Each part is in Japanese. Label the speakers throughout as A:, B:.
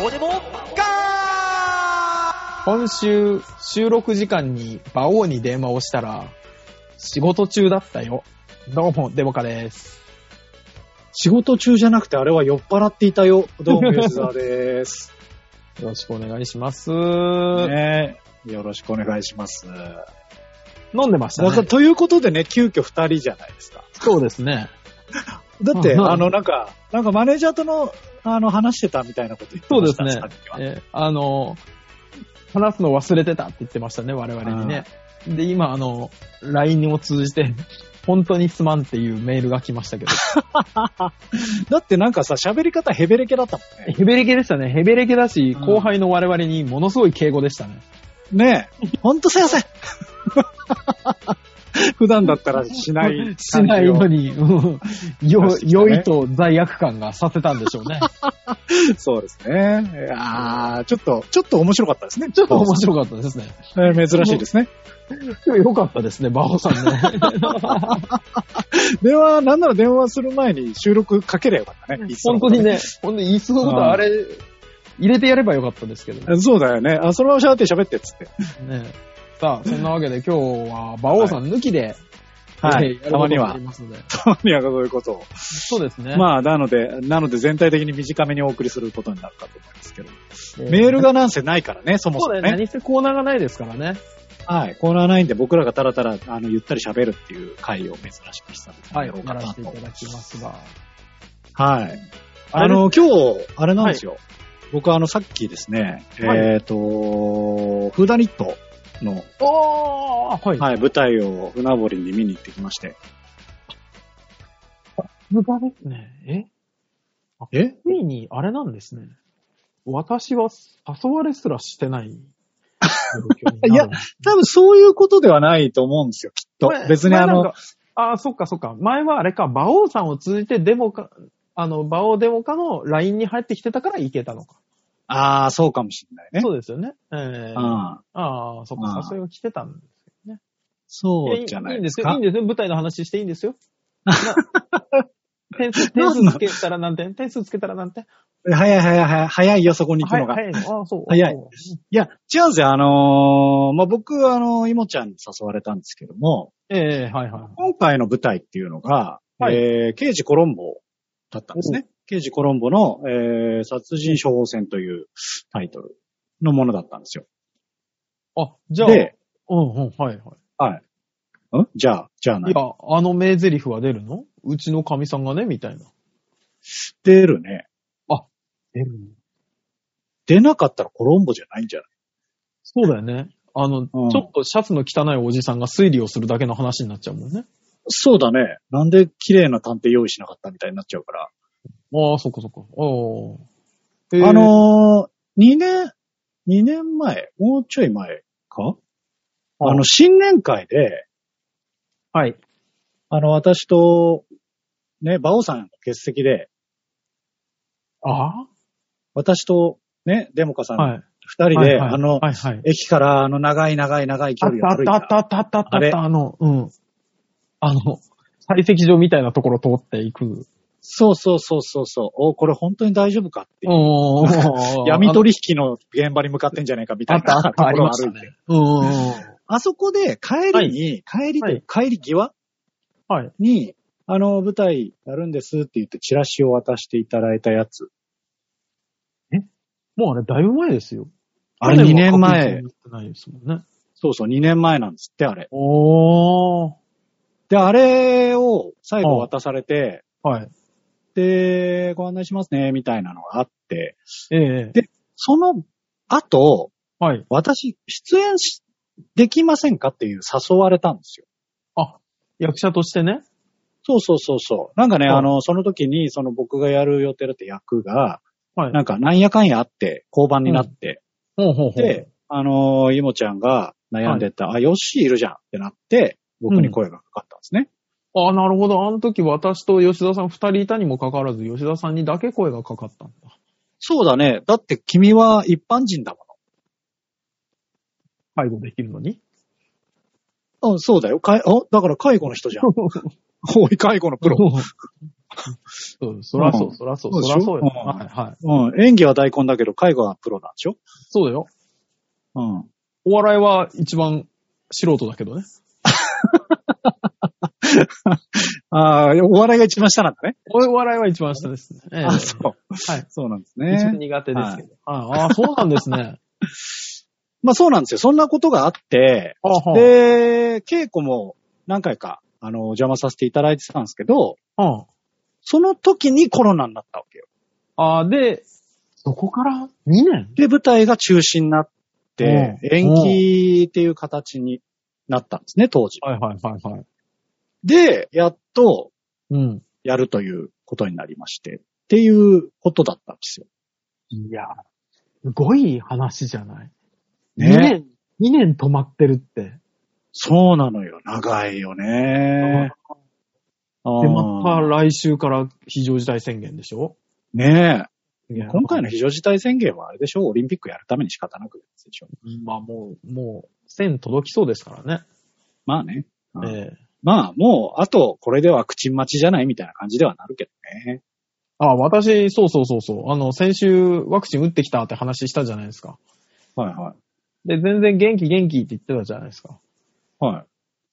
A: どうでもガー
B: 今週、収録時間に馬王に電話をしたら、仕事中だったよ。どうも、デモカです。
C: 仕事中じゃなくて、あれは酔っ払っていたよ。どうも、吉 沢です。
B: よろしくお願いします。
C: ねえ よろしくお願いします。
B: 飲んでました
C: だから
B: ね。
C: ということでね、急遽二人じゃないですか。
B: そうですね。
C: だって、
B: うんうん
C: あの、なんか、なんかマネージャーとの、あの、話してたみたいなこと言って
B: そう
C: ま
B: で
C: し
B: す
C: た
B: ね
C: さっきは。
B: えあの、話すの忘れてたって言ってましたね、我々にね。で、今、あの、LINE を通じて、本当にすまんっていうメールが来ましたけど。
C: だってなんかさ、喋り方ヘベレケだったもんね。
B: ヘベレケでしたね。ヘベレケだし、
C: うん
B: 後輩の我々にものすごい敬語でしたね。
C: ねえ、ほんとすいません。 普段だったらしない感じを。
B: しないのに、うんよ
C: 出して、きたね
B: 良いと罪悪感がさせたんでしょうね。
C: そうですね。ああ、ちょっと、ちょっと面白かったですね。
B: ちょっと面白かったですね。
C: えー珍しいですね。
B: 今日良かったですね、バオさんね。
C: 電話、なんなら電話する前に収録かけりゃよかったね。いっその
B: 本
C: こ
B: 当
C: と
B: に。ね、本当に言いそうなことあれ、入れてやればよかったですけどね。
C: そうだよね。あ、そのまましゃべって喋ってっつって。
B: ねさあ、そんなわけで今日は馬王さん抜きで、
C: はい
B: えー
C: たまには
B: やることになりますので
C: たまにはそういうことを。
B: そうですね。
C: まあ、なので、なので全体的に短めにお送りすることになるかと思いますけど。
B: えー
C: メールがなんせないからね、そも
B: そ
C: そう
B: だ
C: も
B: よね。何
C: ね。
B: せコーナーがないですからね。
C: はい。コーナーないんで僕らがたらたら、あの、ゆったり喋るっていう回を珍しくした
B: はい、
C: お
B: お
C: か
B: ら
C: な
B: せ
C: と
B: ていただきますが。
C: はい。
B: あれ
C: あの、今日、あれなんですよ。僕、あの、さっきですね、
B: はい
C: えっ、と、フーダニットの、
B: おーはい。
C: はい、舞台を船堀に見に行ってきまして。
B: 無駄ですね。
C: え
B: えついに、あれなんですね。私は誘われすらしてない状況になる。
C: いや多分そういうことではないと思うんですよ、きっと
B: これ、。
C: 別に
B: 前
C: あ
B: な
C: の
B: ん、か。ああ、そっかそっか。前はあれか、馬王さんを通じてデモか、あの、馬王デモかの LINE に入ってきてたからいけたのか。
C: ああ、そうかもしれないね。
B: そうですよね。ええ
C: うん
B: ああ、そっ
C: ま
B: か
C: あ、
B: 誘いが来てたんですけどね。
C: そうじゃな
B: ん
C: いで
B: ですすよ。いい
C: か
B: ん。ですよ。舞台の話していいんです よ。な点数、点数つけたら何点点数つけたら何点
C: 早い早い早い、早いよ、そこに行く
B: はい、
C: のが。
B: 早いの。ああ、そう。
C: 早い
B: そう。
C: いや、違うんですよ。あのーまあ、僕、あのーいもちゃんに誘われたんですけども、
B: ええはいはい。
C: 今回の舞台っていうのが、
B: はい
C: えー、刑事コロンボだったんですね。刑事コロンボの、えー、殺人処方箋というタイトルのものだったんですよ。
B: あ、じゃあ、
C: で、
B: うんうん、はいは
C: はい。んじゃあ、じゃあ
B: い。い
C: 何
B: や、あの名台詞は出るのうちの神さんがね、みたいな。
C: 出るね。
B: 出る
C: 出なかったらコロンボじゃないんじゃない
B: そうだよね。あの、
C: うん
B: ちょっとシャツの汚いおじさんが推理をするだけの話になっちゃうもんね。
C: そうだね。なんで綺麗な探偵用意しなかったみたいになっちゃうから。
B: ああ、そっかそっか。おーへー
C: あのー、2年、2年前、もうちょい前かあの、新年会で、
B: はい。
C: あの、私と、ね、馬王さんが欠席で、
B: あ
C: 私と、ね、デモカさ
B: あ
C: ん、
B: はい。
C: 二人
B: はい
C: で、
B: はい
C: あの、
B: はいはい。
C: 駅からあの、長い長い長い距
B: あっ
C: 離
B: た
C: を
B: あったあ
C: 歩いた。
B: ったあったあったあった
C: あれ
B: あの、うん。あの、採石場みたいなところ通っていく。
C: そうそうそうそうそう。お、これ本当に大丈夫かっていう。
B: おー
C: 闇取引の現場に向かってんじゃないかみた
B: あ
C: い
B: ったあ
C: な
B: っ
C: と
B: た、
C: こ
B: あり
C: ろを
B: まし
C: 歩
B: た
C: いて。
B: ね。うんうんうん。
C: あそこで帰りに、帰りと、
B: はい
C: 帰り際
B: はい。
C: に、あの、舞台やるんですって言って、チラシを渡していただいたやつ。
B: もうあれ、だいぶ前ですよ。
C: あれ2年前。
B: ないですもんね。
C: そうそう、2年前なんですって、あれ。
B: おー。
C: で、あれを最後渡されて、
B: はい。
C: で、ご案内しますね、みたいなのがあって、
B: ええ
C: でその後、
B: はい。
C: 私、出演し、できませんかっていう誘われたんですよ。
B: あ、役者としてね。
C: そうそうそうそう。なんか
B: う
C: ね、
B: ん
C: あの、その時に、その僕がやる予定だった役が、
B: はい。
C: なんかなんやかんやあって、交番になって、
B: ほうほうほう。
C: で、あのー、ゆもちゃんが悩んでた、あ、ヨッシーいるじゃんってなって、僕に声がかかったんですね。
B: あ、なるほど。あの時私と吉田さん二人いたにもかかわらず、吉田さんにだけ声がかかったんだ。
C: そうだね。だって君は一般人だも
B: 介護できるの に。
C: の。うん、そうだよ。かい、あ、だから介護の人じゃん。おい、介護のプロ。
B: そうそらそうう、そらそう、
C: そう
B: そ
C: でしょ
B: らそうよ。
C: うん
B: はい、はい。
C: うん。演技は大根だけど、介護はプロなんでしょ
B: そうだよ。
C: うん。
B: お笑いは一番素人だけどね。
C: ああ、お笑いが一番下なんだね。
B: お笑いは一番下ですね。ええ
C: あそう。
B: はい。
C: そうなんです
B: 一番
C: ね。
B: 苦手ですけど。はい、ああ、そうなんです ね。
C: まあそうなんですよ。そんなことがあって、
B: はあはあ
C: で、稽古も何回か、あの、お邪魔させていただいてたんですけど、
B: うん
C: その時にコロナになったわけよ。
B: ああ、で、そこから2年
C: で、舞台が中止になって、
B: うん
C: 延期っていう形になったんですね、当時。
B: はいはいはいはい。
C: で、やっと
B: うん。
C: やるということになりまして、っていうことだったんですよ。
B: いや、すごい話じゃない。
C: ね
B: 2年、二年止まってるって。
C: そうなのよ。長いよね。あ
B: で、
C: ー
B: また来週から非常事態宣言でしょ
C: ねえ。今回
B: の
C: の非常事態宣言はあれでしょオリンピックやるために仕方なくですでしょ
B: まあもう、もう、線届きそうですからね。
C: まあね。うん
B: ええ
C: まあもう、あと、これでは口待ちじゃないみたいな感じではなるけどね。
B: あ、私、そうそうそうそう。あの、先週ワクチン打ってきたって話したじゃないですか。
C: はいはい。
B: で、全然元気元気って言ってたじゃないですか。
C: はい。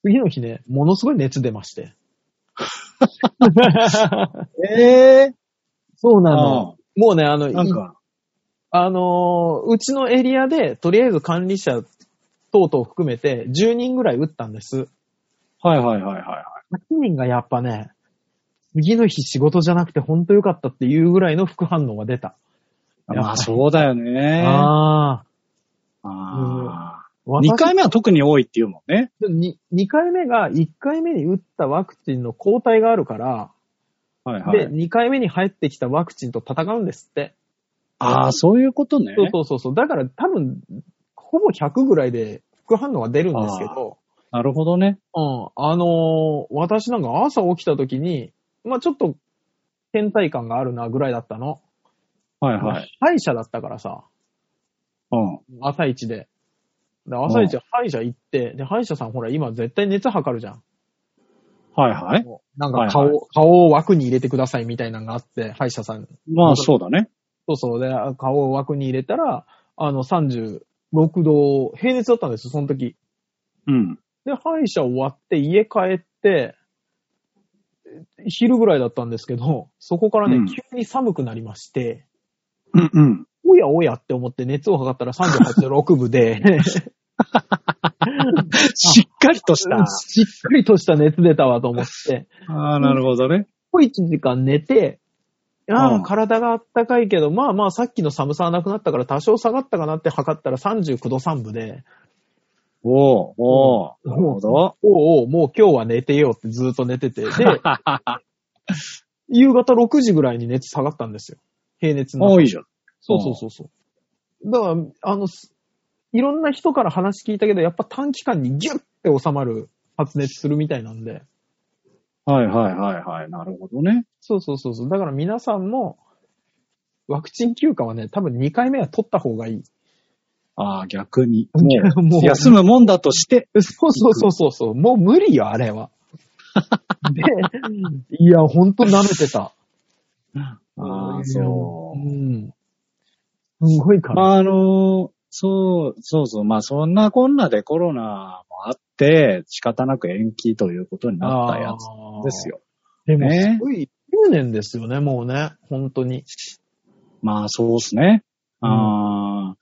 B: 次の日ね、ものすごい熱出ま して。
C: ええ
B: そうな
C: あ
B: の。もうね、あの、
C: あなん
B: い
C: か、
B: あのーうちのエリアで、とりあえず管理者等々含めて10人ぐらい打ったんです。
C: はいはいはいはいはい。
B: 8人がやっぱね、次の日仕事じゃなくて本当よかったっていうぐらいの副反応が出た。やっ
C: ま
B: ぱ
C: あ
B: り
C: そうだよね。
B: ああ。
C: あー。
B: 私
C: 二回目は特に多いっていうもんね。
B: に2回目が1回目に打ったワクチンの抗体があるから、
C: はいはい
B: で、。2回目に入ってきたワクチンと戦うんですって。
C: ああ、そういうことね。
B: そうそうそうそう。だから多分、ほぼ100ぐらいで副反応が出るんですけど、
C: なるほどね。
B: うん。あのー私なんか朝起きた時に、まあちょっと、倦怠感があるなぐらいだったの。
C: はいはい。
B: 歯医者だったからさ、
C: うん。
B: 朝一で。で朝一歯医者行って、で、歯医者さんほら今絶対熱測るじゃん。
C: はいはい。
B: なんか顔、
C: はい
B: 顔を枠に入れてくださいみたいなのがあって、歯医者さん。
C: まあそうだね。
B: そうそう。で、顔を枠に入れたら、あの、36度、平熱だったんですよ、その時。
C: うん。
B: で、歯医者終わって家帰って、昼ぐらいだったんですけど、そこからね、
C: うん
B: 急に寒くなりまして、
C: うんうん。
B: おやおやって思って熱を測ったら38度6分 で、
C: しっかりとした。
B: しっかりとした熱出たわと思って、
C: ああ、なるほどね。
B: こ一時間寝て、ああ、
C: うん
B: 体があったかいけど、まあまあ、さっきの寒さはなくなったから多少下がったかなって測ったら39度3分で、
C: おーおーなるほど。
B: おうおう、もう今日は寝てようってずーっと寝てて、で、夕方6時ぐらいに熱下がったんですよ。平熱の。
C: ああ、いいじゃん。
B: そうそうそうそう。だから、あの、すいろんな人から話聞いたけど、やっぱ短期間にギュッて収まる発熱するみたいなんで、
C: はいはいはいはい。なるほどね。
B: そうそうそうそう。だから皆さんも、ワクチン休暇はね、多分2回目は取った方がいい。
C: ああ、逆に。
B: も
C: も
B: う
C: う、休むもんだとして。
B: そうそうそうそうそう。もう無理よ、あれは。で、いや、ほんと舐めてた。
C: ああ、
B: う
C: そう。
B: ん。すごいから。
C: まあ、あの、そう、そうそう。まあ、そんなこんなでコロナもあって、仕方なく延期ということになったやつですよ。
B: でも、
C: ね
B: すごい、9年ですよね、もうね。本当に。
C: まあ、そうですね。
B: うん
C: ああ。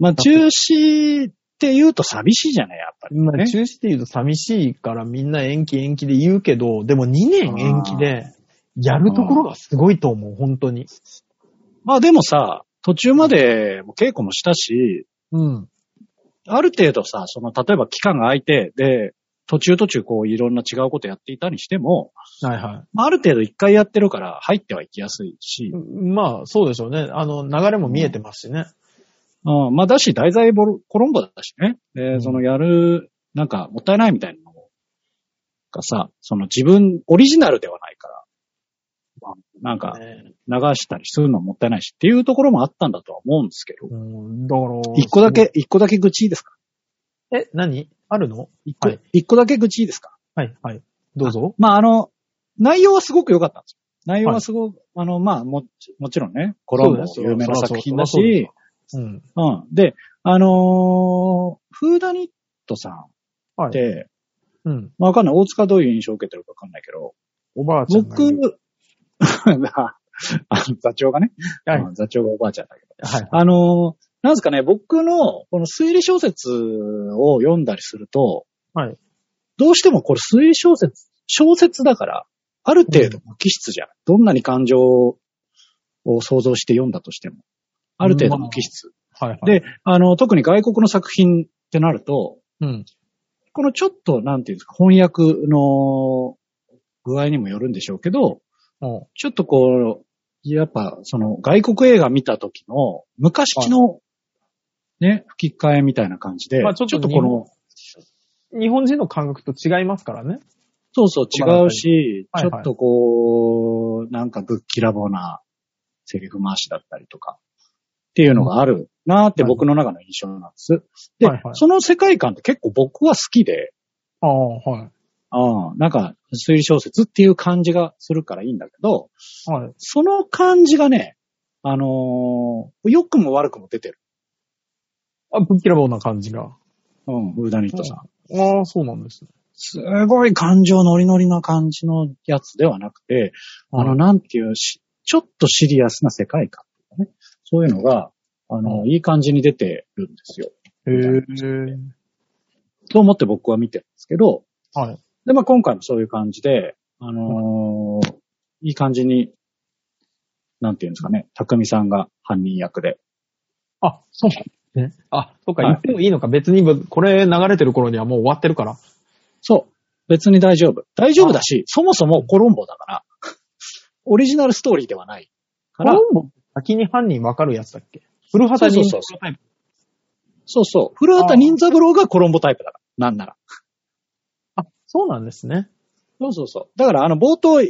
C: まあ、中止って言うと寂しいじゃない、やっぱり、
B: まあ、
C: ね。
B: 中止って言うと寂しいからみんな延期延期で言うけど、でも2年延期で、やるところがすごいと思う、本当に。
C: まあ、でもさ、途中までも稽古もしたし、
B: うん。
C: ある程度さ、その、例えば期間が空いて、で、途中途中こういろんな違うことやっていたにしても、
B: はいは
C: まあ、ある程度一回やってるから入ってはいきやすいし、
B: い。まあ、そうでしょうね。あの、流れも見えてますしね。
C: うん、まあだし、題材ボロコロンボだったしね。
B: う
C: で、
B: ん
C: そのやる、なんか、もったいないみたいなのがさ、その自分、オリジナルではないから、まあなんか、
B: ね
C: 流したりするのはもったいないしっていうところもあったんだとは思うんですけど、
B: うん、だから。
C: 一個だ。け、一個だけ愚痴いいですか
B: え、何あるの
C: 一個、
B: はい
C: 一個だけ愚痴いいですか
B: はい、はい。どうぞ。
C: まああの、内容はすごく良かったんですよ。内容はすごく、あの、まあ、も、もちろんね、コロンボ有名な作品だ
B: そうだそう
C: し、
B: うん。
C: うん。で、あのーフーダニットさん
B: は
C: っ
B: い。
C: て、
B: うん。
C: まあわかんない。大塚どういう印象を受けてるかわかんないけど、
B: おばあちゃんがいる。
C: 僕、 あ座長がね、
B: はい
C: うん座長がおばあちゃんだけど、
B: はい。
C: あのーなんですかね、僕のこの推理小説を読んだりすると、
B: はい
C: どうしてもこれ推理小説、小説だから、ある程度無機質じゃん。どんなに感情を想像して読んだとしても。ある程度無機質。
B: はい。はい、
C: で、あの、特に外国の作品ってなると、
B: うん。
C: このちょっと、なんていうんですか、翻訳の具合にもよるんでしょうけど、
B: おう
C: ちょっとこう、やっぱ、その、外国映画見た時の、昔の、ね、吹き替えみたいな感じで、
B: まあちょっと
C: この、
B: 日本人の感覚と違いますからね。
C: そうそう違うし、
B: はい
C: ち
B: はい
C: ょっとこう、なんかぶっきらぼうなセリフ回しだったりとか、っていうのがあるなーって
B: うん
C: 僕の中の印象なんです。で
B: はいは、い
C: その世界観って結構僕は好きで、
B: ああ、はい。
C: ああ、なんか、推理小説っていう感じがするからいいんだけど、
B: はい。
C: その感じがね、あのー良くも悪くも出てる。
B: あ、ぶっきらぼうな感じが。
C: うん、フーダニットさん。
B: ああ、そうなんですね。
C: すごい感情ノリノリな感じのやつではなくて、あの、
B: うん
C: なんていうし、ちょっとシリアスな世界観とかね。そういうのが、あの、いい感じに出てるんですよ。
B: へえ。
C: と思って僕は見てるんですけど、
B: はい。
C: で、まあ今回もそういう感じで、あのーいい感じに、なんていうんですかね、匠さんが犯人役で。
B: あ、そうか。ね。あ、そうか、
C: はい
B: 言ってもいいのか。別に、ぶこれ流れてる頃にはもう終わってるから。
C: そう。別に大丈夫。大丈夫だし、そもそもコロンボだから、 オリジナルストーリーではない
B: コ
C: から、
B: ロンボ先に犯人わかるやつだっけ古畑任
C: そ
B: 三
C: うそ
B: 郎タイプ。
C: そうそう。古畑任三郎がコロンボタイプだから。なんなら。
B: あ、そうなんですね。
C: そうそうそう。だから、あの、冒頭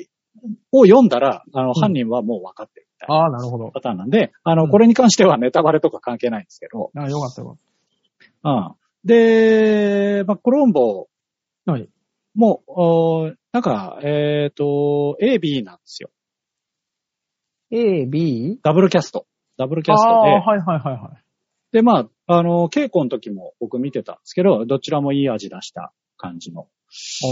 C: を読んだら、あの、
B: ん
C: 犯人はもう分かってるみたいな
B: ああ、なるほど。
C: パターンなんで、あ
B: う
C: の、
B: ん
C: これに関してはネタバレとか関係ないんですけど、
B: あよかったよかっ
C: うん。で、まあ、コロンボ
B: た。はい。
C: も、おーなんか、えっ、と、A、B なんですよ。
B: A, B?
C: ダブルキャスト。ダブルキャス
B: あ
C: ト
B: あ
C: で。
B: ー、はいはいはいはい。
C: で、まあ、あの、稽古の時も僕見てたんですけど、どちらもいい味出した感じの。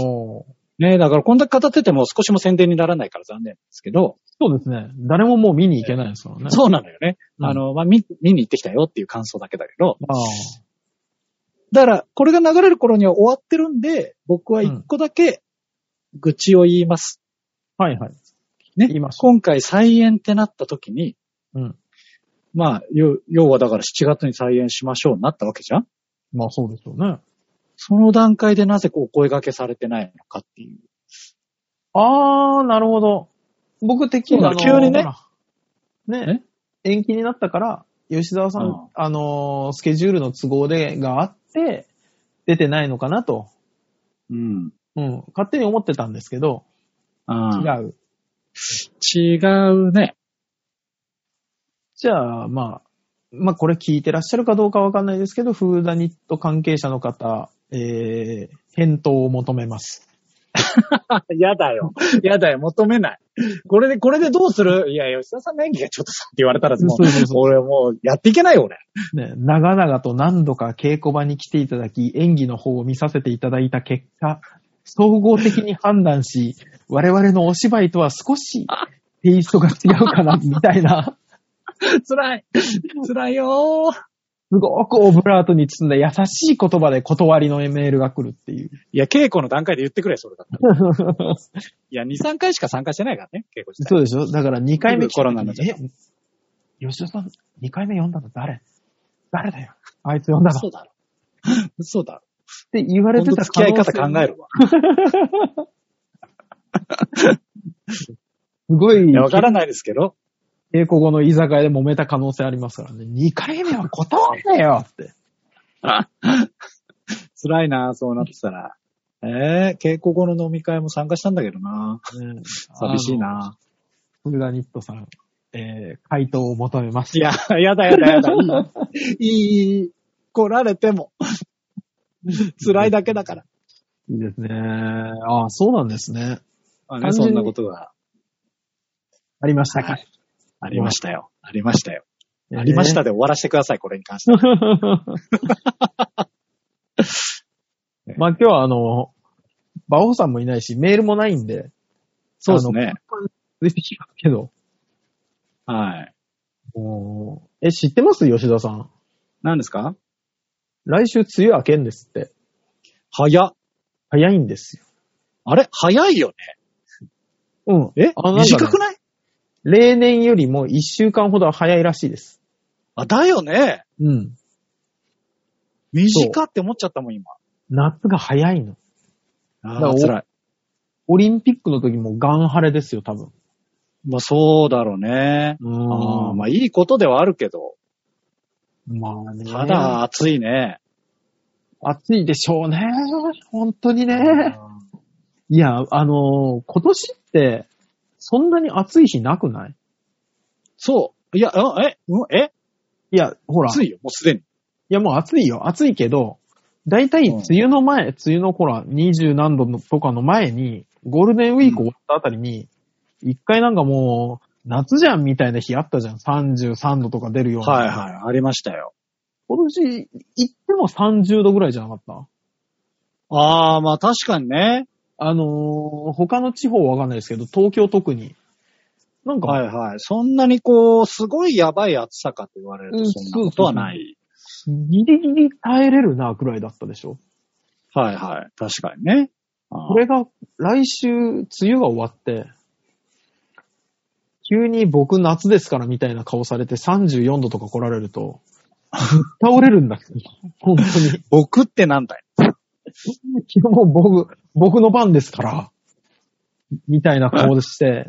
B: おー
C: ねだからこんだけ語ってても少しも宣伝にならないから残念ですけど、
B: そうですね。誰ももう見に行けないですからね。
C: そうなのよね。
B: うん
C: あの、まあ、見、見に行ってきたよっていう感想だけだけど、
B: ああ。
C: だから、これが流れる頃には終わってるんで、僕は一個だけ愚痴を言います。
B: はいはい。
C: ね
B: 言いましょ
C: 今回再演ってなった時に、
B: う。うん。
C: まあ、要要はだから7月に再演しましょうになったわけじゃん
B: まあそうでしょうね。
C: その段階でなぜこうお声掛けされてないのかっていう。
B: ああ、なるほど。僕的には、
C: そうだ急にね
B: あの。ほらね。延期になったから、吉沢さん、
C: うん
B: あのー、スケジュールの都合で、があって、出てないのかなと。
C: うん。
B: うん。勝手に思ってたんですけど、
C: あ
B: 違
C: あ
B: う。
C: 違うね。
B: じゃあ、まあ、まあこれ聞いてらっしゃるかどうかわかんないですけど、フーダニット関係者の方、えー、返答を求めます。
C: やだ よ。やだよ。求めない。これで、これでどうするいや、吉田さんの演技がちょっとさって言われたら、も
B: そうそう
C: う、俺もう、やっていけないよ、俺。
B: ね、長々と何度か稽古場に来ていただき、演技の方を見させていただいた結果、総合的に判断し、 我々のお芝居とは少しテイストが違うかな、みたいな、
C: 辛い。 辛いよー
B: すごくオブラートに包んだ優しい言葉で断りのメールが来るって いう。
C: いや、稽古の段階で言ってくれ、それだったら。いや、2、3回しか参加してないからね、稽古自
B: そう
C: 体。
B: でしょだから2回目
C: コロナになっちゃ
B: え
C: っ、
B: 吉田さん、2回目読んだの誰誰だよ。あいつ読んだの。
C: そう
B: っ
C: だろ。そうだろ。
B: て言われ
C: 今
B: て
C: 度
B: た
C: 付き合い方考え
B: る。
C: るわ。
B: すごい、
C: いや、わからないですけど。
B: 英語後の居酒屋で揉めた可能性ありますからね。2回目は断んな よって。
C: 辛いな、そうなってたら。えー、稽古後の飲み会も参加したんだけどな。寂しいな。
B: あの。フルダニットさん、えー、回答を求めます。
C: いや、 やだやだやだ。 いい、いい、来られても。 辛いだけだから。
B: いいですね。ああ、そうなんですね。
C: まあね、そんなことが
B: ありましたか。
C: ありましたよ。ありましたよ。ありま したで終わらせてください、これに関しては。
B: まあ今日はあの、馬王さんもいないし、メールもないんで、
C: そうですね。
B: 出てきますけど。
C: はい。
B: もうえ、知ってます吉田さん。
C: 何ですか
B: 来週梅雨明けんですって。
C: 早っ。
B: 早いんですよ。
C: あれ早いよね。
B: うん。
C: え
B: あなんかね
C: 短くない
B: 例年よりも1週間ほど早いらしいです。
C: あ、だよね。
B: うん。
C: 短って思っちゃったもん、今。
B: 夏が早いの。
C: あ
B: だ
C: あ、
B: から
C: 辛い。
B: オリンピックの時もガン晴れですよ、多分。
C: まあ、そうだろうね。ああ
B: う
C: まあ、いいことではあるけど、
B: ん。まあね。
C: ただ、暑いね。
B: 暑いでしょうね。本当にね。いや、あのー今年って、そんなに暑い日なくない
C: そう。いや、あえ、うんえ
B: いや、ほら。
C: 暑
B: い
C: いよ、もうすでに。
B: や、もう暑いよ。暑いけど、だいたい梅雨の前、梅雨のほら、二十何度のとかの前に、ゴールデンウィーク終わったあたりに、一、回なんかもう、夏じゃんみたいな日あったじゃん。33度とか出るような。
C: はいはい、ありましたよ。
B: 今年、行っても30度ぐらいじゃなかった
C: ああ、まあ確かにね。
B: あのー他の地方はわかんないですけど、東京特に。なんか、
C: はいはい。そんなにこう、すごいやばい暑さかと言われる
B: う
C: と、
B: ん
C: そんなことはない。
B: ギリギリ耐えれるな、くらいだったでしょ。
C: はいはい。確かにね。あ
B: これが、来週、梅雨が終わって、急に僕夏ですからみたいな顔されて34度とか来られると、倒れるんだけど、本当に。
C: 僕ってなんだよ。
B: 昨日も僕、僕の番ですから、みたいな顔して、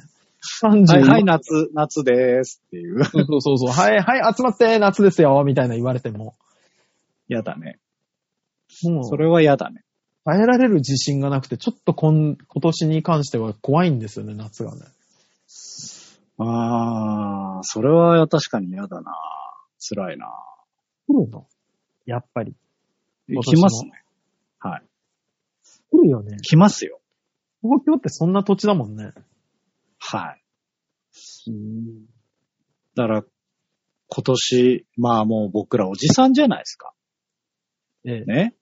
B: 34
C: はいはい、夏、夏でーすっていう。
B: そうそうそうそう、はい、はい、集まって、夏ですよ、みたいな言われても、
C: やだね。
B: もう
C: それはやだね。
B: 耐えられる自信がなくて、ちょっとこん今年に関しては怖いんですよね、夏がね。
C: ああ、それは確かにやだな。辛いな。
B: 来るのやっぱり。今年も
C: 来ますね。
B: 来るよね。
C: 来ますよ。
B: 東京ってそんな土地だもんね。
C: はい。だから、今年、まあもう僕らおじさんじゃないですか。
B: ええ。
C: ね。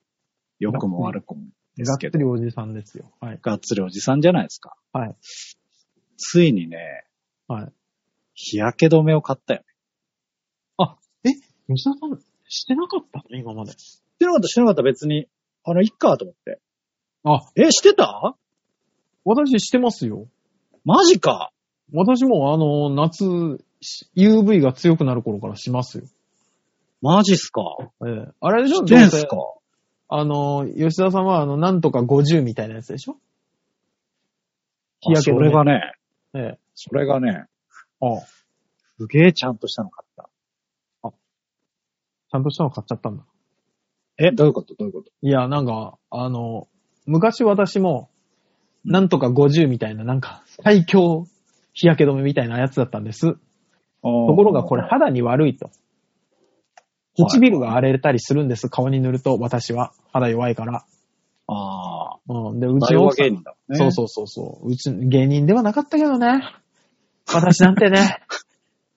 C: 良くも悪くもで
B: がっ
C: すけ
B: つ
C: ど。
B: りおじさんですよ。はい。
C: がっつりおじさんじゃないですか。
B: はい。
C: ついにね、
B: はい。
C: 日焼け止めを買ったよね。
B: 吉田さん、してなかったの今まで。
C: してなかった、してなかった、別に。あの、いっかと思って。
B: あ、
C: え、してた
B: 私してますよ。
C: マジか。
B: 私もあの、夏、し UV が強くなる頃からしますよ。
C: マジっすか。
B: ええ。あれでしょ
C: してんすか
B: どうせ。あの、吉田さんはあの、なんとか50みたいなやつでしょ日焼け止め
C: あそれがね、
B: ええ。
C: それがね、
B: ああ。ち
C: すげえちゃんとしたの買った。
B: ゃんとしたの買っちゃったんだ。
C: え、どういうことどういうこと
B: いや、なんか、あの、昔私も、なんとか50みたいな、なんか、最強日焼け止めみたいなやつだったんです。
C: と
B: ところがこれ肌に悪いと。
C: い
B: 唇が荒れたりするんです、顔に塗ると、私は。肌弱いから。
C: ああ、
B: うん。で、う
C: う
B: ち
C: ち
B: の
C: は
B: 奥さん
C: 芸人だもんね。
B: そうそうそうそう。うち、芸人ではなかったけどね。私なんて ね、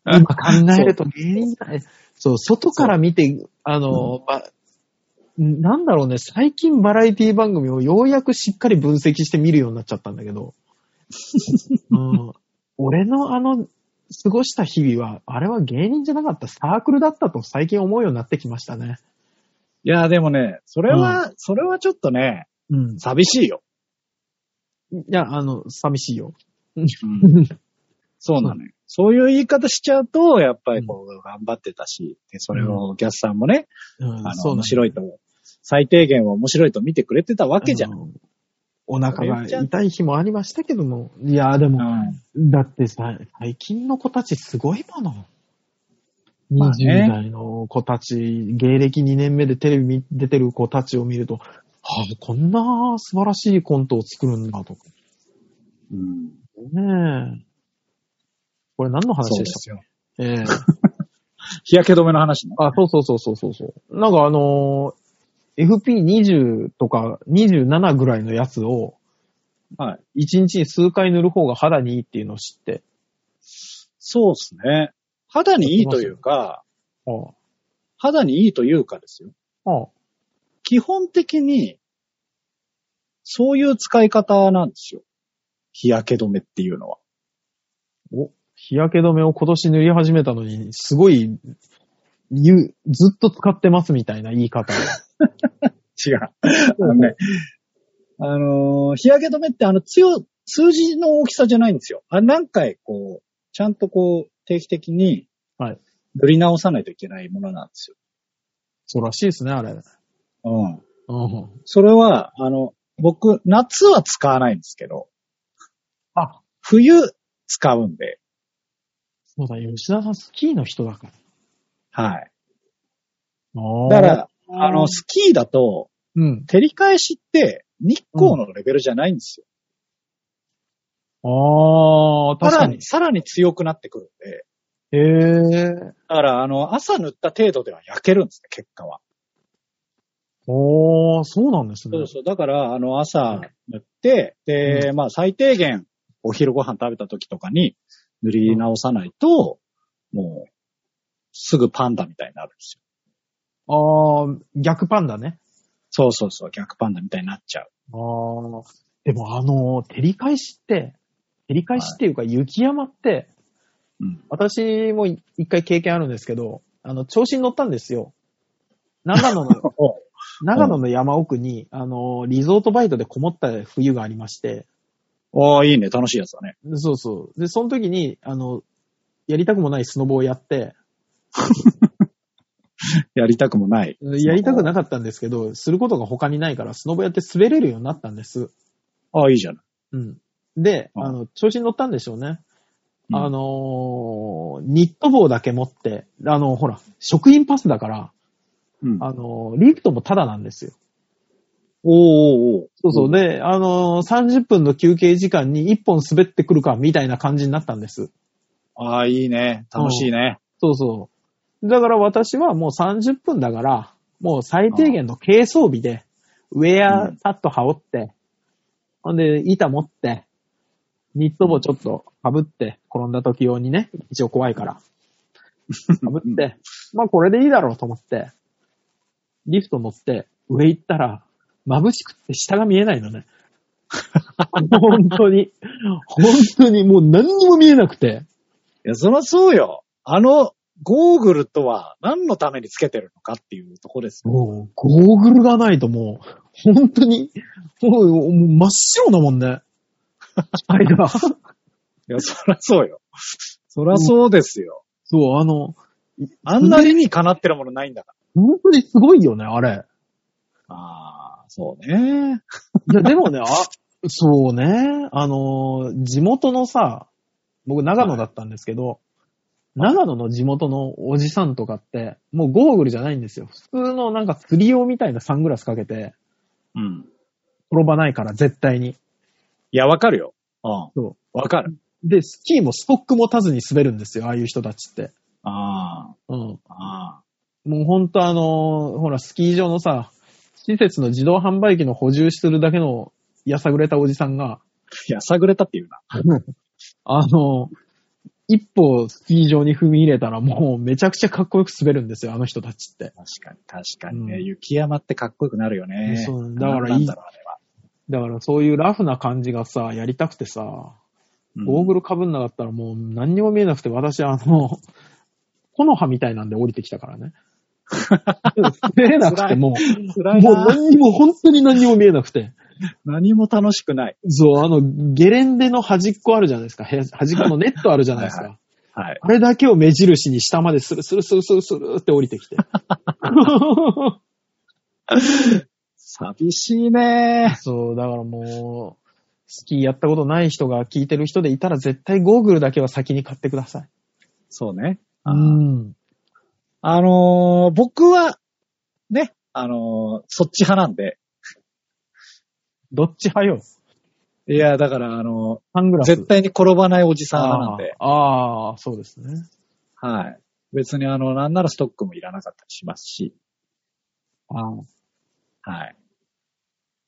B: 今考えると芸人だね。そう、外から見て、あの、ま、なんだろうね、最近バラエティ番組をようやくしっかり分析して見るようになっちゃったんだけ ど、うん、俺のあの、過ごした日々は、あれは芸人じゃなかった、サークルだったと最近思うようになってきましたね。
C: いや、でもね、それは、それはちょっとね、
B: うん。
C: 寂しいよ。
B: いや、あの、寂しいよ。
C: そうなのよ。そういう言い方しちゃうと、やっぱりこう、頑張ってたし、で、それをお客さんもね、
B: うん、
C: あの、
B: なん
C: 面
B: だ
C: 白いと、最低限は面白いと見てくれてたわけじゃん。
B: あのお腹が痛い日もありましたけども。いやーで
C: う
B: も、
C: ん。
B: だってさ、最近の子たちすごいもの。
C: まあ
B: 20
C: ね
B: 代の子たち、芸歴2年目でテレビに出てる子たちを見ると、はあ、こんな素晴らしいコントを作るんだとか。
C: うん
B: ねえ。これ何の話
C: そ
B: で
C: うで
B: し
C: すよ。
B: たええ
C: 日焼け止めの話ね。
B: あ、そうそうそうそうそうそう。なんかあのー FP20 とか27ぐらいのやつを、。
C: はい
B: 一日に数回塗る方が肌にいいっていうのを知って。
C: そうですね。肌にいいというか、
B: ああ。
C: 肌にいいというかですよ。
B: ああ。
C: 基本的に、そういう使い方なんですよ。日焼け止めっていうのは。
B: お、日焼け止めを今年塗り始めたのに、すごい、言う、ずっと使ってますみたいな言い方を。
C: 違う。あのね、あのー日焼け止めってあの強、数字の大きさじゃないんですよ。あ何回こう、ちゃんとこう、定期的に、
B: はい
C: 塗り直さないといけないものなんです
B: そうらしいですね、あれ。
C: よ。うん。
B: うん。
C: それは、あの、僕、夏は使わないんですけど、
B: あ、
C: 冬使うんで、
B: そうだ、吉田さんスキーの人だから。
C: はい。
B: ああ
C: だから、あの、、スキーだと、
B: うん。
C: 照り返しって日光のレベルじゃないんですよ。
B: ああ、確
C: さ
B: からに
C: に、。さらに強くなってくるんで、
B: へえ。
C: だから、あの、朝塗った程度では焼けるんですね、結果は。
B: おー、そうなんですね。
C: そうそう。だから、あの、朝塗って、で、まあ、最低限、お昼ご飯食べた時とかに塗り直さないと、もう、すぐパンダみたいになるんですよ。
B: ああ、逆パンダね。
C: そうそうそう、逆パンダみたいになっちゃう。
B: ああ。でもあの、照り返しって、照り返しっていうか雪山って、
C: うん
B: 私も一回経験あるんですけど、あの、調子に乗ったんですよ。長野 の、長野の山奥に、あの、リゾートバイトでこもった冬がありまして、
C: おーいいね、楽しいやつだね。
B: そうそう。で、その時に、あの、やりたくもないスノボをやって、
C: やりたくもない。
B: やりたくなかったんですけど、することが他にないから、スノボやって滑れるようになったんです。
C: ああ、いいじゃない。
B: うん。で、
C: うん
B: あの、調子に乗ったんでしょうね。
C: うん
B: あのーニット帽だけ持って、あの、ほら、職員パスだから、
C: うん。
B: あのーリフトもタダなんですよ。
C: おーおーおー
B: そうそう。で、あのー30分の休憩時間に1本滑ってくるか、みたいな感じになったんです。
C: ああ、いいね。楽しいね。
B: そうそう。だから私はもう30分だから、もう最低限の軽装備で、ウェア
C: うん
B: パッと羽織って、ほんで、板持って、ニット帽ちょっと被って、転んだ時用にね、一応怖いから。被 って、まあこれでいいだろうと思って、リフト乗って、上行ったら、眩しくって下が見えないの ね。本当に。本当にもう何にも見えなくて。
C: いや、そりゃそうよ。あの、ゴーグルとは何のためにつけてるのかっていうとこですよ。
B: もう、ゴーグルがないともう、本当に、もう、もう真っ白なもんね。あれが。そ
C: いや、そりゃそうよ。そりゃそうですよ。
B: う、あの、
C: あんな理にかなってるものないんだか
B: 本当にすごいよね、あれ。
C: ら。ああ、そうね。
B: いや、でもね、あ、そうね、あのー、地元のさ、僕長野だったんですけど、長野の地元のおじさんとかって、もうゴーグルじゃないんですよ。普通のなんか釣り用みたいなサングラスかけて、
C: うん。
B: 転ばないから、絶対に。
C: いや、わかるよ。うん。
B: そ
C: わかる。
B: う。で、スキーもストック持たずに滑るんですよ、ああいう人たちって。
C: あ
B: うん。
C: あ、ああ。
B: もうほんとあのーほら、スキー場のさ、施設の自動販売機の補充してるだけのやさぐれたおじさんが、
C: いや、さぐれたっていうな。
B: あのー一歩スキー場に踏み入れたらもうめちゃくちゃかっこよく滑るんですよ、あの人たちって。
C: 確かに、確かにね。
B: うん
C: 雪山ってかっこよくなるよね。
B: そうだからいい
C: なんだろう、あれは。
B: だからそういうラフな感じがさ、やりたくてさ、
C: うん
B: ゴーグル被んなかったらもう何にも見えなくて、私あの、木の葉みたいなんで降りてきたから ね。滑れなくてもう、
C: 辛い
B: もう
C: な。
B: 何にも、本当に何にも見えなくて。
C: 何も楽しくない。
B: そう、あの、ゲレンデの端っこあるじゃないですか。へ端っこのネットあるじゃない ですか。
C: はいはい。
B: あれだけを目印に下までスルスルスルスルスルって降りてきて。
C: 寂しいね。
B: そう、だからもう、スキーやったことない人が聞いてる人でいたら絶対ゴーグルだけは先に買ってください。
C: そうね。
B: ん。
C: あのー僕は、ね、あのーそっち派なんで。
B: どっち派よ
C: いや、だから、あの
B: サング
C: ー
B: ラス。
C: 絶対に転ばないおじさん派なんで。
B: ああああ、そうですね。
C: はい。別にあの、なんならストックもいらなかったりしますし、
B: ああ
C: はい。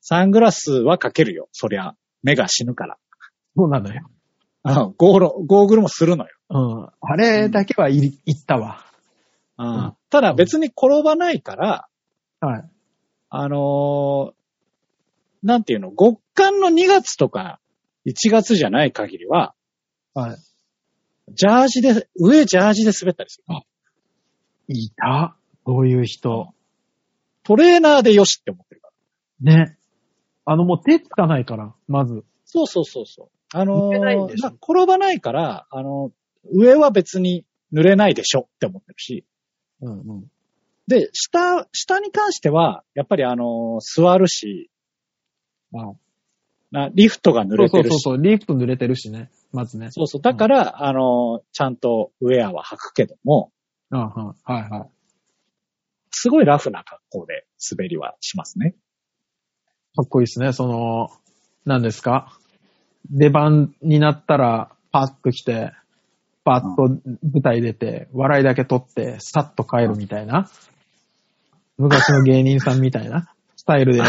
C: サングラスはかけるよ、そりゃ。目が死ぬから。
B: そうなのよ。
C: うんゴーロ、ゴーグルもするのよ。
B: うん。あれだけはい、言ったわ。
C: うんただ別に転ばないから、
B: はい。
C: あのーなんていうの、極寒の2月とか1月じゃない限りは、
B: はい。
C: ジャージで、上ジャージで滑ったりする。
B: いた。どういう人。
C: トレーナーでよしって思ってるから。
B: ね。あの、もう手つかないから、まず。
C: そうそうそうそう。あの
B: 濡れないん
C: ー
B: でしょ
C: な転ばないから、あのー上は別に濡れないでしょって思ってるし。
B: うんうん。
C: で、下、下に関しては、やっぱりあのー座るし、
B: あ
C: なリフトが濡
B: そう
C: れ
B: そ
C: て
B: う
C: るし。
B: そうそう、リフト濡れてるしね。まずね。
C: そうそう。だから、あのーちゃんとウェアは履くけども、
B: うんうん。はいはい。
C: すごいラフな格好で滑りはしますね。
B: かっこいいですね。その、何ですか出番になったら、パッと来て、パッと舞台出て、笑いだけ取って、さっと帰るみたいな。昔の芸人さんみたいなスタイルで、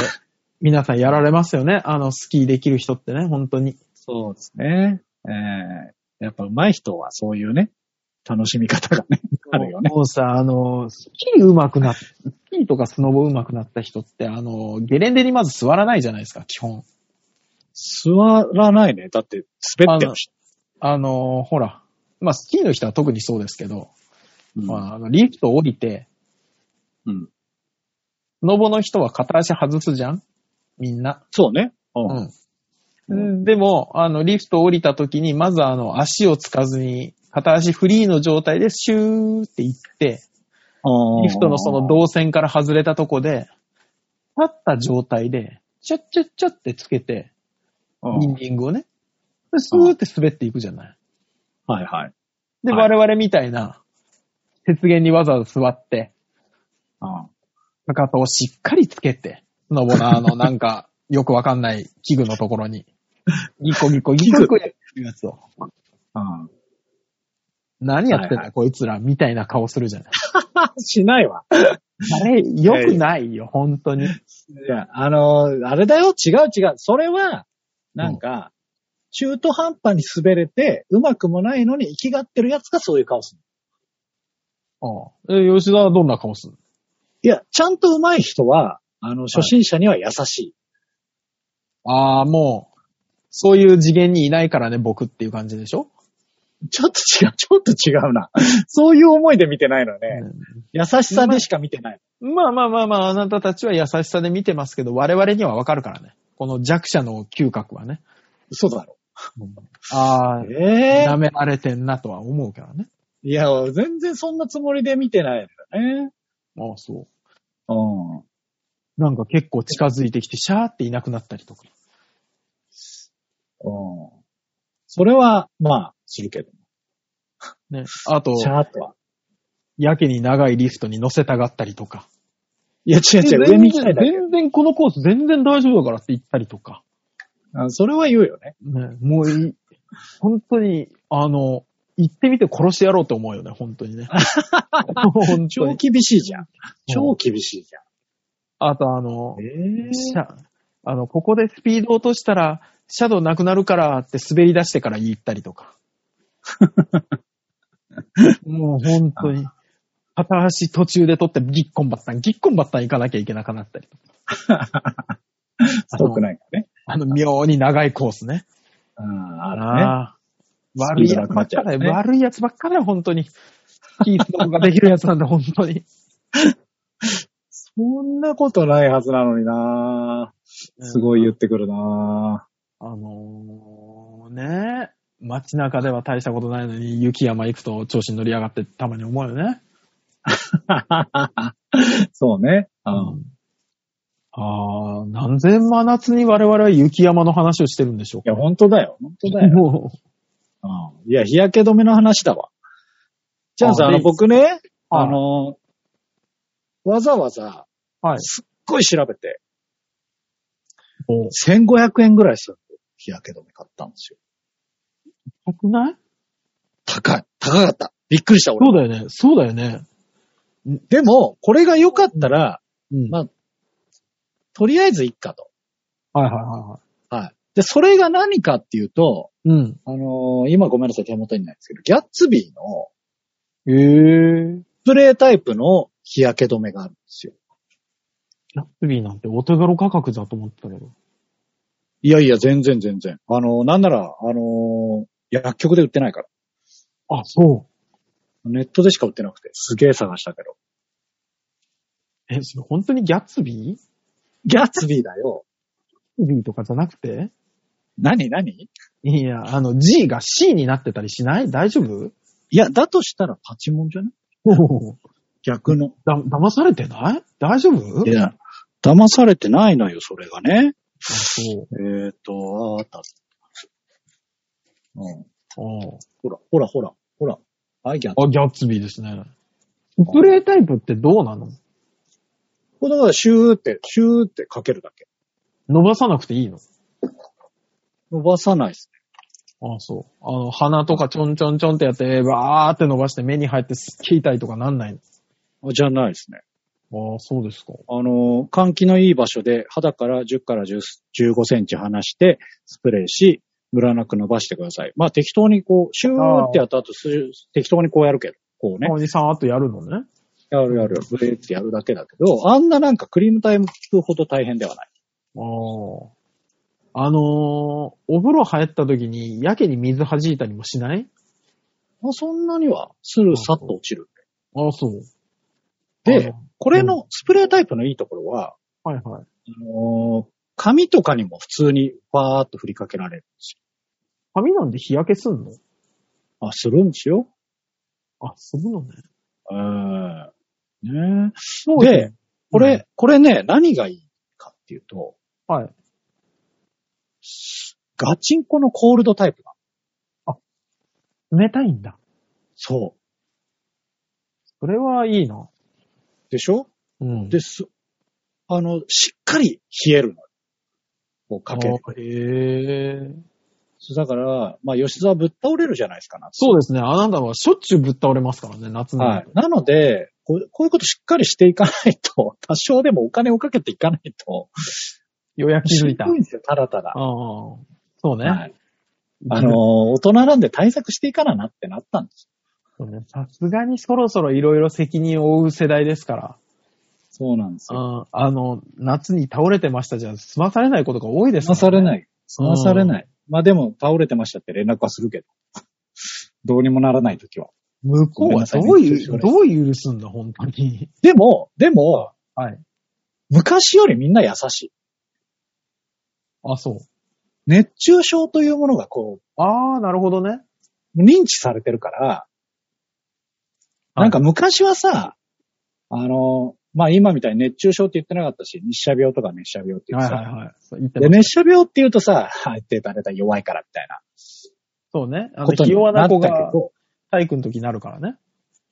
B: 皆さんやられますよね。あの、スキーできる人ってね、本当に。
C: そうですね。ええやっぱ上手い人はそういうね、楽しみ方がね、あるよね。
B: もうさ、あの、スキー上手くなっ、スキーとかスノボ上手くなった人って、あの、ゲレンデにまず座らないじゃないですか、基本。
C: 座らないね。だって、滑ってるし。
B: あの、ほら。まあ、スキーの人は特にそうですけど、
C: うん
B: まあ、あのリフト降りて、
C: うん
B: スノボの人は片足外すじゃんみんな。
C: そうね。うん
B: うん。でも、あの、リフト降りた時に、まずあの、足をつかずに、片足フリーの状態でシューって行って、リフトのその動線から外れたとこで、立った状態で、チャッチャッチャッってつけて、
C: うん
B: インディングをね。でスーって滑っていくじゃない。
C: はいはい。
B: で、
C: はい
B: 我々みたいな、雪原にわざわざ座って、
C: うん
B: かかとをしっかりつけて、スノボのあの、なんか、 よくわかんない器具のところに、ギコ ギコギコギコやってるやつを。
C: うん、
B: 何やってんだ、
C: はいは
B: こいつら、みたいな顔するじゃない。
C: し ないわ。
B: あれ、良くないよ、本当に。
C: いや、あのーあれだよ、違う違う。それは、なんか、中途半端に滑れて、うまくもないのに、生きがってるやつがそういう顔する。
B: うんえ、吉田はどんな顔する
C: いや、ちゃんと上手い人は、あの、初心者には優し
B: ああ、もう、そういう次元にいないからね、僕っていう感じでしょ、
C: い。ちょっと違う、ちょっと違うな。そういう思いで見てないのね。優しさでしか見てない。
B: うんまあまあまあまあ、あなたたちは優しさで見てますけど、我々にはわかるからね。この弱者の嗅覚はね。
C: 嘘だろ。
B: あ
C: ええ
B: あ、舐められてんなとは思うからね。
C: いや、全然そんなつもりで見てないんだね。
B: ああ、そう。
C: うん。
B: なんか結構近づいてきて、シャーっていなくなったりとか。
C: うん。それは、まあ、するけど。
B: ね。あと、
C: シャーっとは。
B: やけに長いリフトに乗せたがったりとか。
C: いや、違う違う、上に行きたいだけ。
B: 全然このコース全然大丈夫だからって言ったりとか。
C: うんそれは言うよね。
B: ね。もうい、本当に、あの、行ってみて殺してやろうと思うよね、本当に ね。本
C: 超
B: 当に。
C: 厳しいじゃん。超厳しいじゃ
B: あとあの
C: ん。、 え
B: シャ、あの、ここでスピード落としたら、シャドウなくなるからって滑り出してから言ったりと か。もう本当に。片足途中で取ってギッコンバッタン、ギッコンバッタン行かなきゃいけなくなったりとか。
C: 遠くないからね。
B: あの、妙に長いコースね。
C: うん、あるね。
B: ああ悪いやつばっかだ
C: スピードなくなっちゃう
B: よ、
C: ね
B: 悪いやつばっかだよ、本当に。キースノーができるやつなんだ、本当に。
C: そんなことないはずなのにな すごい言ってくるな
B: あのー、ね街中では大したことないのに、雪山行くと調子に乗り上がってたまに思うよね。
C: そうね。う。
B: うんんああ、何千真夏に我々は雪山の話をしてるんでしょう
C: いや、
B: か。
C: 本当だよ。本当だ よ。
B: もう、
C: うんいや、日焼け止めの話だわ。じゃあさ、
B: あ
C: あの、
B: で
C: 僕ね、
B: はい
C: あの、わざわざ、
B: はい。
C: すっごい調べて、
B: お
C: 1500円ぐらいする日焼け止め買ったんですよ。
B: 高くない
C: 高い。高かった。びっくりした、
B: そ
C: 俺。
B: うだよね。そうだよね。
C: でも、これが良かったら、
B: うん。
C: まとりあえずいっかと。
B: はいはいはいはい。
C: はい。で、それが何かっていうと、
B: うん。
C: あのー今ごめんなさい、手元にないんですけど、ギャッツビーの
B: へえ。
C: スプレータイプの日焼け止めがあるんですよ。
B: キャッツビーなんてお手頃価格だと思ってたけど。
C: いやいや、全然全然。あのーなんなら、あのー薬局で売ってないから。
B: あ、そ
C: ネットでしか売ってなくて、すげえ探したけど。
B: う。え、それ本当にギャッツビーギ
C: ギャッツビーだよ。
B: ャッツビーとかじゃなくて
C: 何何
B: いや、あの、G が C になってたりしない大丈夫
C: いや、だとしたらパチモンじゃない逆の。
B: だ、騙されてない大丈夫
C: いや、騙されてないのよ、それがね。
B: あそう
C: えーと、あーあった。うん。
B: あ
C: ほら、ほら、ほら、ほら。はい、逆。
B: あ。ギャッツビーですね。スプレータイプってどうなの
C: このはシューって、シューってかけるだけ。
B: 伸ばさなくていいの
C: 伸ばさないです
B: ああ、そう。あの、鼻とかちょんちょんちょんってやって、わーって伸ばして目に入ってすっげえ痛いとかなんない
C: ね。じゃないですね。
B: のああ、そうですか。
C: あのー、換気のいい場所で肌から10から10 15センチ離して、スプレーし、ムラなく伸ばしてください。まあ適当にこう、シューってやった後、す適当にこうやるけど、こうね。
B: おじさん、あとやるのね。
C: やるやる、ブレーってやるだけだけど、あんななんかクリームタイム効くほど大変ではない。
B: ああ。あのーお風呂入った時に、やけに水弾いたりもしない
C: まあそんなには、スルーさっと落ちる。
B: ああ、そう。
C: で
B: あの、
C: これのスプレータイプのいいところは、
B: はいはい。
C: あのー髪とかにも普通にファーっと振りかけられるんです
B: 髪なんで日焼けすんの
C: よ。あ、するんですよ。
B: あ、するのね。
C: うん。ね
B: そう
C: で、これ、
B: うん
C: これね、何がいいかっていうと、
B: はい。
C: ガチンコのコールドタイプだ。
B: 冷たいんだ。
C: そ
B: それはいいな。
C: う。でしょ
B: うん。
C: です。あの、しっかり冷えるの。こうかける。
B: あへえ。
C: そうだから、まあ、吉沢ぶっ倒れるじゃないですか、夏
B: そうですね。あなたはしょっちゅうぶっ倒れますからね、夏なん
C: はい
B: て。。
C: なのでこう、こういうことしっかりしていかないと、 多少でもお金をかけていかないと、
B: ようやく気づいた。
C: しんどいんですよ、ただただ。
B: ああ。そうね。
C: はい、あのー、大人なんで対策していかななってなったんです。
B: そうねさすがにそろそろいろいろ責任を負う世代ですから。
C: そうなんですよ。
B: うんあの、夏に倒れてましたじゃ済まされないことが多いです。
C: 済まされないい。済まされ
B: い。
C: ない。まあでも、倒れてましたって連絡はするけど。 どうにもならないときは。
B: 向こうはどういう、
C: ごめんなさい
B: どういう許すんだ、本当に。
C: でも、でも、
B: はい。
C: 昔よりみんな優しい。
B: あ、そう。
C: 熱中症というものがこ
B: ああ、なるほどね。
C: う、認知されてるから、
B: はい
C: なんか昔はさ、あの、まあ今みたいに熱中症って言ってなかったし、日射病とか熱射病って言っ
B: は
C: て
B: い
C: さ、
B: はいはい。そう言ってま
C: で、
B: した
C: 熱射病って言うとさ、 入ってたれた弱いからみたい
B: そうね。あ
C: な
B: の、
C: こと
B: ひ
C: に
B: 弱
C: な
B: な
C: った
B: 子
C: け
B: が
C: ど、
B: 体育の時になるからね。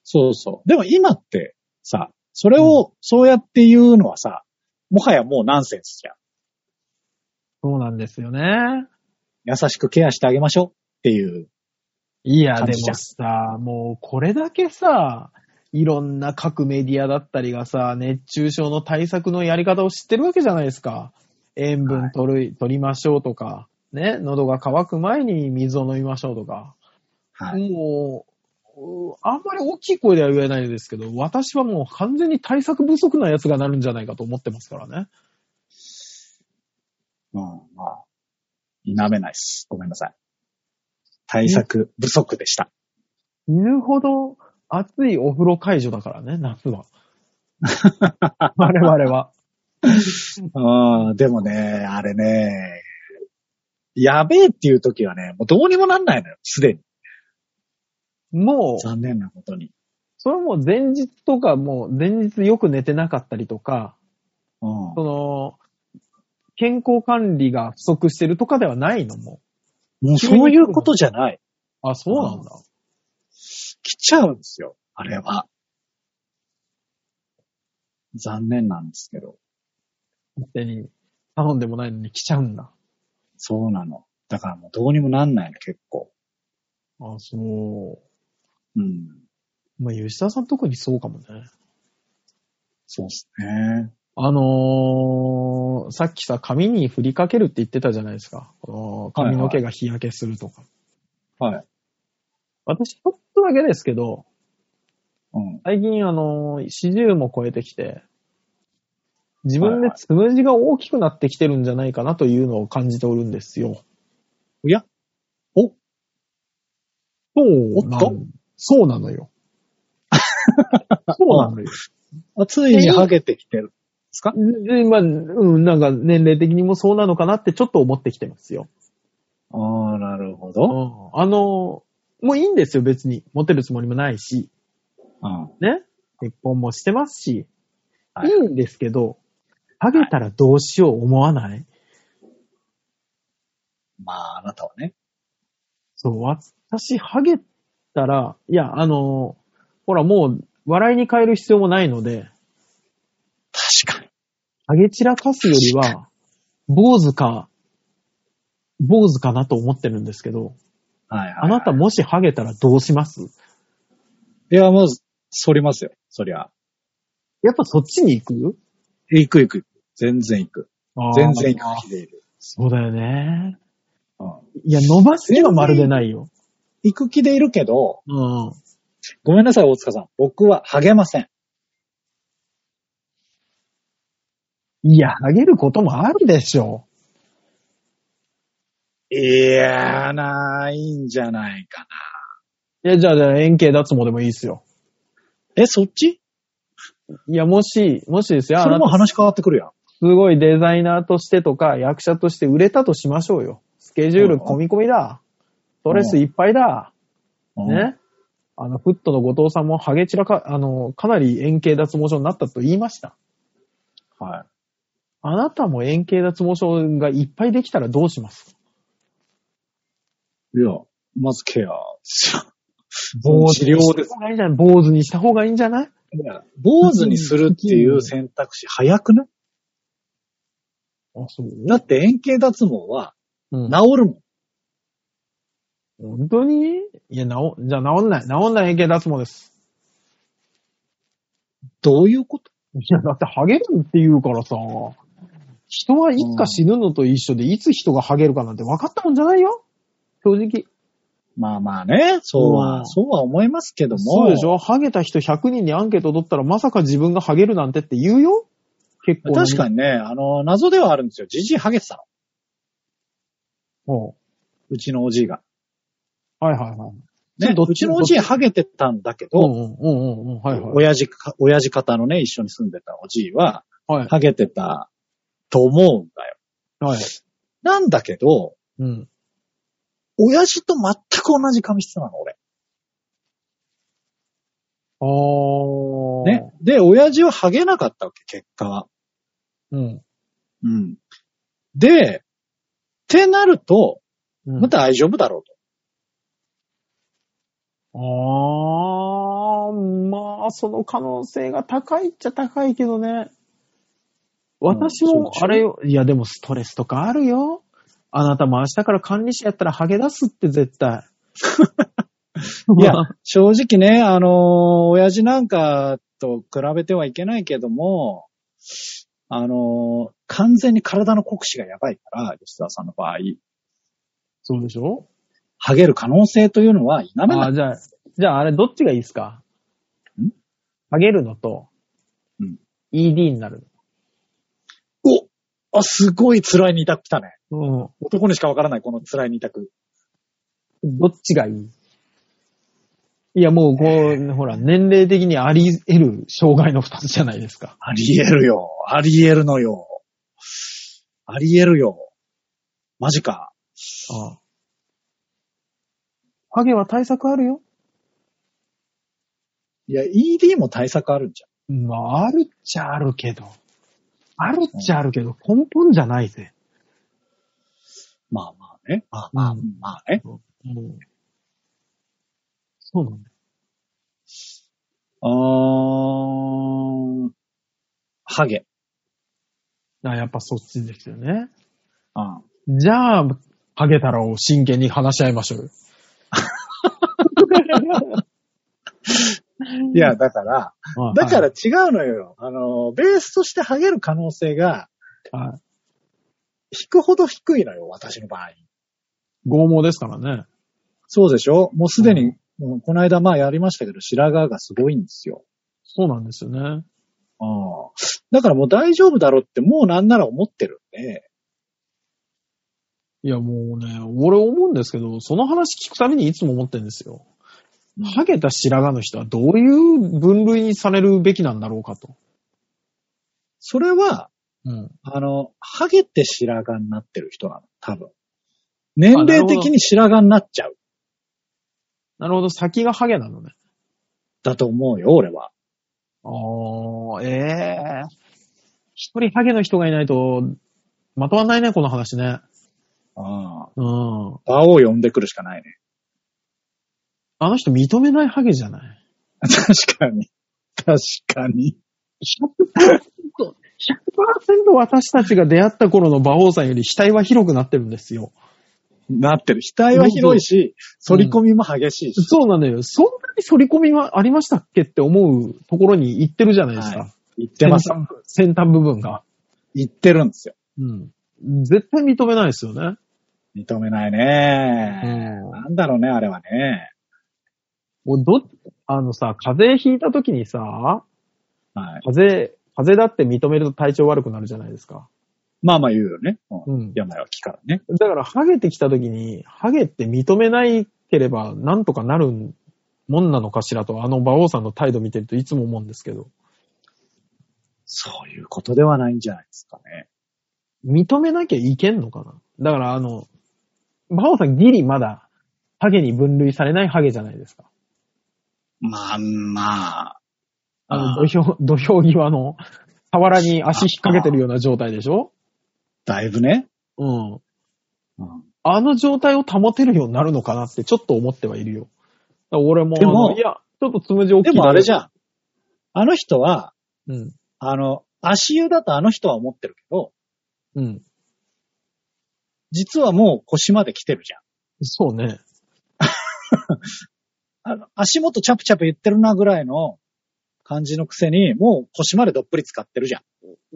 C: そうそう。でも今ってさ、それをそうやって言うのはさ、もはやもうナンセンスじゃん。
B: そうなんですよね。
C: 優しくケアしてあげましょうっていう。
B: いや、
C: 感
B: で
C: じじゃ
B: も
C: ん
B: さ、もうこれだけさ、いろんな各メディアだったりがさ、熱中症の対策のやり方を知ってるわけじゃないですか。塩分取る、取りましょうとか、ね、喉が渇く前に水を飲みましょうとか。
C: はい
B: もう、うあんまり大きい声では言えないですけど、私はもう完全に対策不足なやつがなるんじゃないかと思ってますからね。
C: うん、まあ、否めないです。ごめんなさい。対策不足でした。
B: 言うほど暑いお風呂解除だからね、夏 は。我々は。
C: うん、でもね、あれね、やべえっていう時はね、もうどうにもなんないのよ、すでに。
B: もう、
C: 残念なことに。
B: それはもう前日とか、もう前日よく寝てなかったりとか、
C: うん
B: その、健康管理が不足してるとかではないのも
C: もうそういうことじゃない。
B: う。あ、そうなんだ。
C: 来ちゃうんですよ、あれは。残念なんですけど。
B: 勝手に頼んでもないのに来ちゃうんだ。
C: そうなの。だからもうどうにもなんないの、結構。
B: あ、そ
C: うん。
B: う。まあ、吉田さん特にそうかもね。
C: そうですね。
B: あのーさっきさ、髪に振りかけるって言ってたじゃないですか。この髪の毛が日焼けするとか。
C: はい。
B: 私、ちょっとだけですけど、
C: うん。
B: 最近、あのー、40も超えてきて、自分でつむじが大きくなってきてるんじゃないかなというのを感じておるんですよ。
C: おやお
B: そうな
C: おっ
B: の。そうなのよ。 そうなのよ。
C: あついにハゲてきてるんですか
B: で、まあ、うん、なんか年齢的にもそうなのかなってちょっと思ってきてますよ。
C: ああ、なるほ
B: うん
C: ど。。
B: あの、もういいんですよ、別に。モテるつもりもないし、
C: うん。
B: ね。結婚もしてますし、
C: はい
B: い、いんですけど、ハゲたらどうしよう思わない、
C: まあ、あなたはね。
B: そう、私、ハゲたら、いや、あの、ほら、もう、笑いに変える必要もないので、
C: 確かに。
B: ハゲ散らかすよりは、坊主か、坊主かなと思ってるんですけど、
C: はいはい、
B: あなたもしハゲたらどうします
C: いや、まず、反りますよ。そりゃ。
B: やっぱそっちに行く
C: 行く行く。全然行く。全然行く気でいる。
B: そうだよね。
C: うん。
B: いや、伸ばすにはまるでないよ。
C: 行く気でいるけど、
B: うん。
C: ごめんなさい、大塚さん。僕は励ません。
B: いや、ハゲることもあるでしょ。
C: いやー、ないんじゃないかな。
B: いや、じゃあ、じゃあ、円形脱毛でもいいですよ。
C: え、そっち
B: いや、もし、もしですよ、
C: そ
B: あ
C: れ
B: な
C: も
B: た
C: 話変わってくるやん。
B: すごいデザイナーとしてとか、役者として売れたとしましょうよ。スケジュール込み込みだ。ストレスいっぱいだ。
C: うん。
B: ね。あの、フットの後藤さんもハゲ散らか、あの、かなり円形脱毛症になったと言いました。
C: はい。
B: あなたも円形脱毛症がいっぱいできたらどうします
C: いや、まずケアです よ。坊主にした方がいいです
B: いいんじゃない坊主にした方がいいんじゃない
C: いや坊主にするっていう選択肢早くない
B: あ、そう。
C: だって円形脱毛は
B: うん
C: 治。るもん。
B: 本当にいや、治、じゃあ治んない。治んない円形脱毛です。
C: どういうこと
B: いや、だってハゲるって言うからさ、人は一家死ぬのと一緒で、いつ人がハゲるかなんて分かったもんじゃないよ。正直。
C: まあまあね、そう
B: うん
C: は、そうは思いますけども。
B: そうでしょハゲた人100人にアンケート取ったら、まさか自分がハゲるなんてって言うよ結構。
C: 確か
B: に。
C: にね、あの、謎ではあるんですよ。じじいハゲてたの。
B: うん
C: うちのおじいが。
B: はいはいはい。そ
C: ね
B: れどっ、ち
C: うちのおじいハゲてたんだけ
B: うん
C: ど、
B: うんうんうんうん。はいはい。
C: 親父か、親父方のね、一緒に住んでたおじいは、
B: はい。
C: ハゲてたと思うんだよ。
B: はい。
C: なんだけど、
B: うん。
C: 親父と全く同じ髪質なの、俺。
B: あー。
C: ね。。で、親父はハゲなかったわけ、結果は。
B: うん。
C: うん。で、ってなると、
B: うん
C: また大丈夫だろうと。
B: あー、まあ、その可能性が高いっちゃ高いけどね。私
C: そう
B: も
C: でし、ょ
B: あれよ、いやでもストレスとかあるよ。あなたも明日から管理者やったらハゲ出すって絶対。
C: いや、正直ね、あのー親父なんかと比べてはいけないけども、あのー完全に体の酷使がやばいから、吉沢さんの場合、
B: そうでしょ
C: ハゲる可能性というのは否めな
B: あ
C: い。
B: じゃあ、じゃああれどっちがいいですか
C: ん
B: ハゲるのと、
C: うん、
B: ED になる
C: おあ、すごい辛い二択来たね。
B: の。
C: 男にしかわからない、この辛い二択。
B: うん。どっちがいいいや、もう、こう、ほら、年齢的にあり得る障害の二つじゃないですか。
C: あり得るよ。あり得るのよ。あり得るよ。マジか。
B: ああハゲは対策あるよ。
C: いや、ED も対策あるんじ
B: まあ、あるっちゃあるけど。あるっちゃあるけど、根本じゃないぜ。
C: ゃん。まあまあね。まあ
B: まあ
C: まあね。
B: うんそうなんだ。
C: あーん。ハゲ。
B: あやっぱそっちですよね。
C: うん。
B: じゃあ、ハゲ太郎を真剣に話し合いましょうよ。
C: いや、だから、だから違うのよ。あの、ベースとして剥げる可能性が
B: ら、はい
C: 引くほど低いのよ、私の場合。
B: 剛毛ですからね。
C: そうでしょもうすでに、うんこの間まあやりましたけど、白髪がすごいんですよ。
B: そうなんですよね。
C: うんだからもう大丈夫だろうって、もうなんなら思ってるんで。
B: いや、もうね、俺思うんですけど、その話聞くたびにいつも思ってるんですよ。ハゲた白髪の人はどういう分類にされるべきなんだろうかと。
C: それは、
B: うん。
C: あの、ハゲて白髪になってる人なの、多分。年齢的に白髪になっちゃう。
B: なるほど、先がハゲなのね。
C: だと思うよ、俺は。
B: ああ、ええ一人ハゲの人がいないと、まとまんないね、この話ね。
C: ああ。
B: うん。
C: 場を呼んでくるしかないね。
B: あの人認めないハゲじゃ ない。
C: 確かに。確かに。
B: 100%私たちが出会った頃の馬王さんより額は広くなってるんですよ。
C: なってる。額は広いし、反り込みも激しいし。
B: そうなのよ。そんなに反り込みはありましたっけって思うところに行ってるじゃないですか。
C: は言ってます。
B: 先端先端部分が。
C: 言ってるんですよ。
B: うん。絶対認めないですよね。
C: 認めないね。なんだろうね、あれはね。
B: 俺ど、あのさ、風邪ひいた時にさ、
C: はい。
B: 風邪、風邪だって認めると体調悪くなるじゃないですか。
C: まあまあ言うよね。うん
B: うん。
C: 病は気からね。
B: だから、ハゲてきた時に、ハゲって認めないければ、なんとかなるもんなのかしらと、あの馬王さんの態度見てるといつも思うんですけど、
C: そういうことではないんじゃないですかね。
B: 認めなきゃいけんのかなだから、あの、馬王さんギリまだ、ハゲに分類されないハゲじゃないですか。
C: まあまあ。
B: あの、
C: あ
B: 土俵、土俵際の、河原に足引っ掛けてるような状態でしょ
C: だいぶね。
B: うん。
C: うん
B: あの状態を保てるようになるのかなってちょっと思ってはいるよ。だから俺も、
C: でも
B: あのいや、ちょっとつむじ大き
C: で
B: い。
C: もあれじ
B: ゃ
C: ゃん。あの人は、
B: うん。
C: あの、足湯だとあの人は思ってるけど、
B: うん。
C: 実はもう腰まで来てるじゃん。
B: そうね。
C: あの、足元チャプチャプ言ってるなぐらいの感じのくせに、もう腰までどっぷり使ってるじゃん。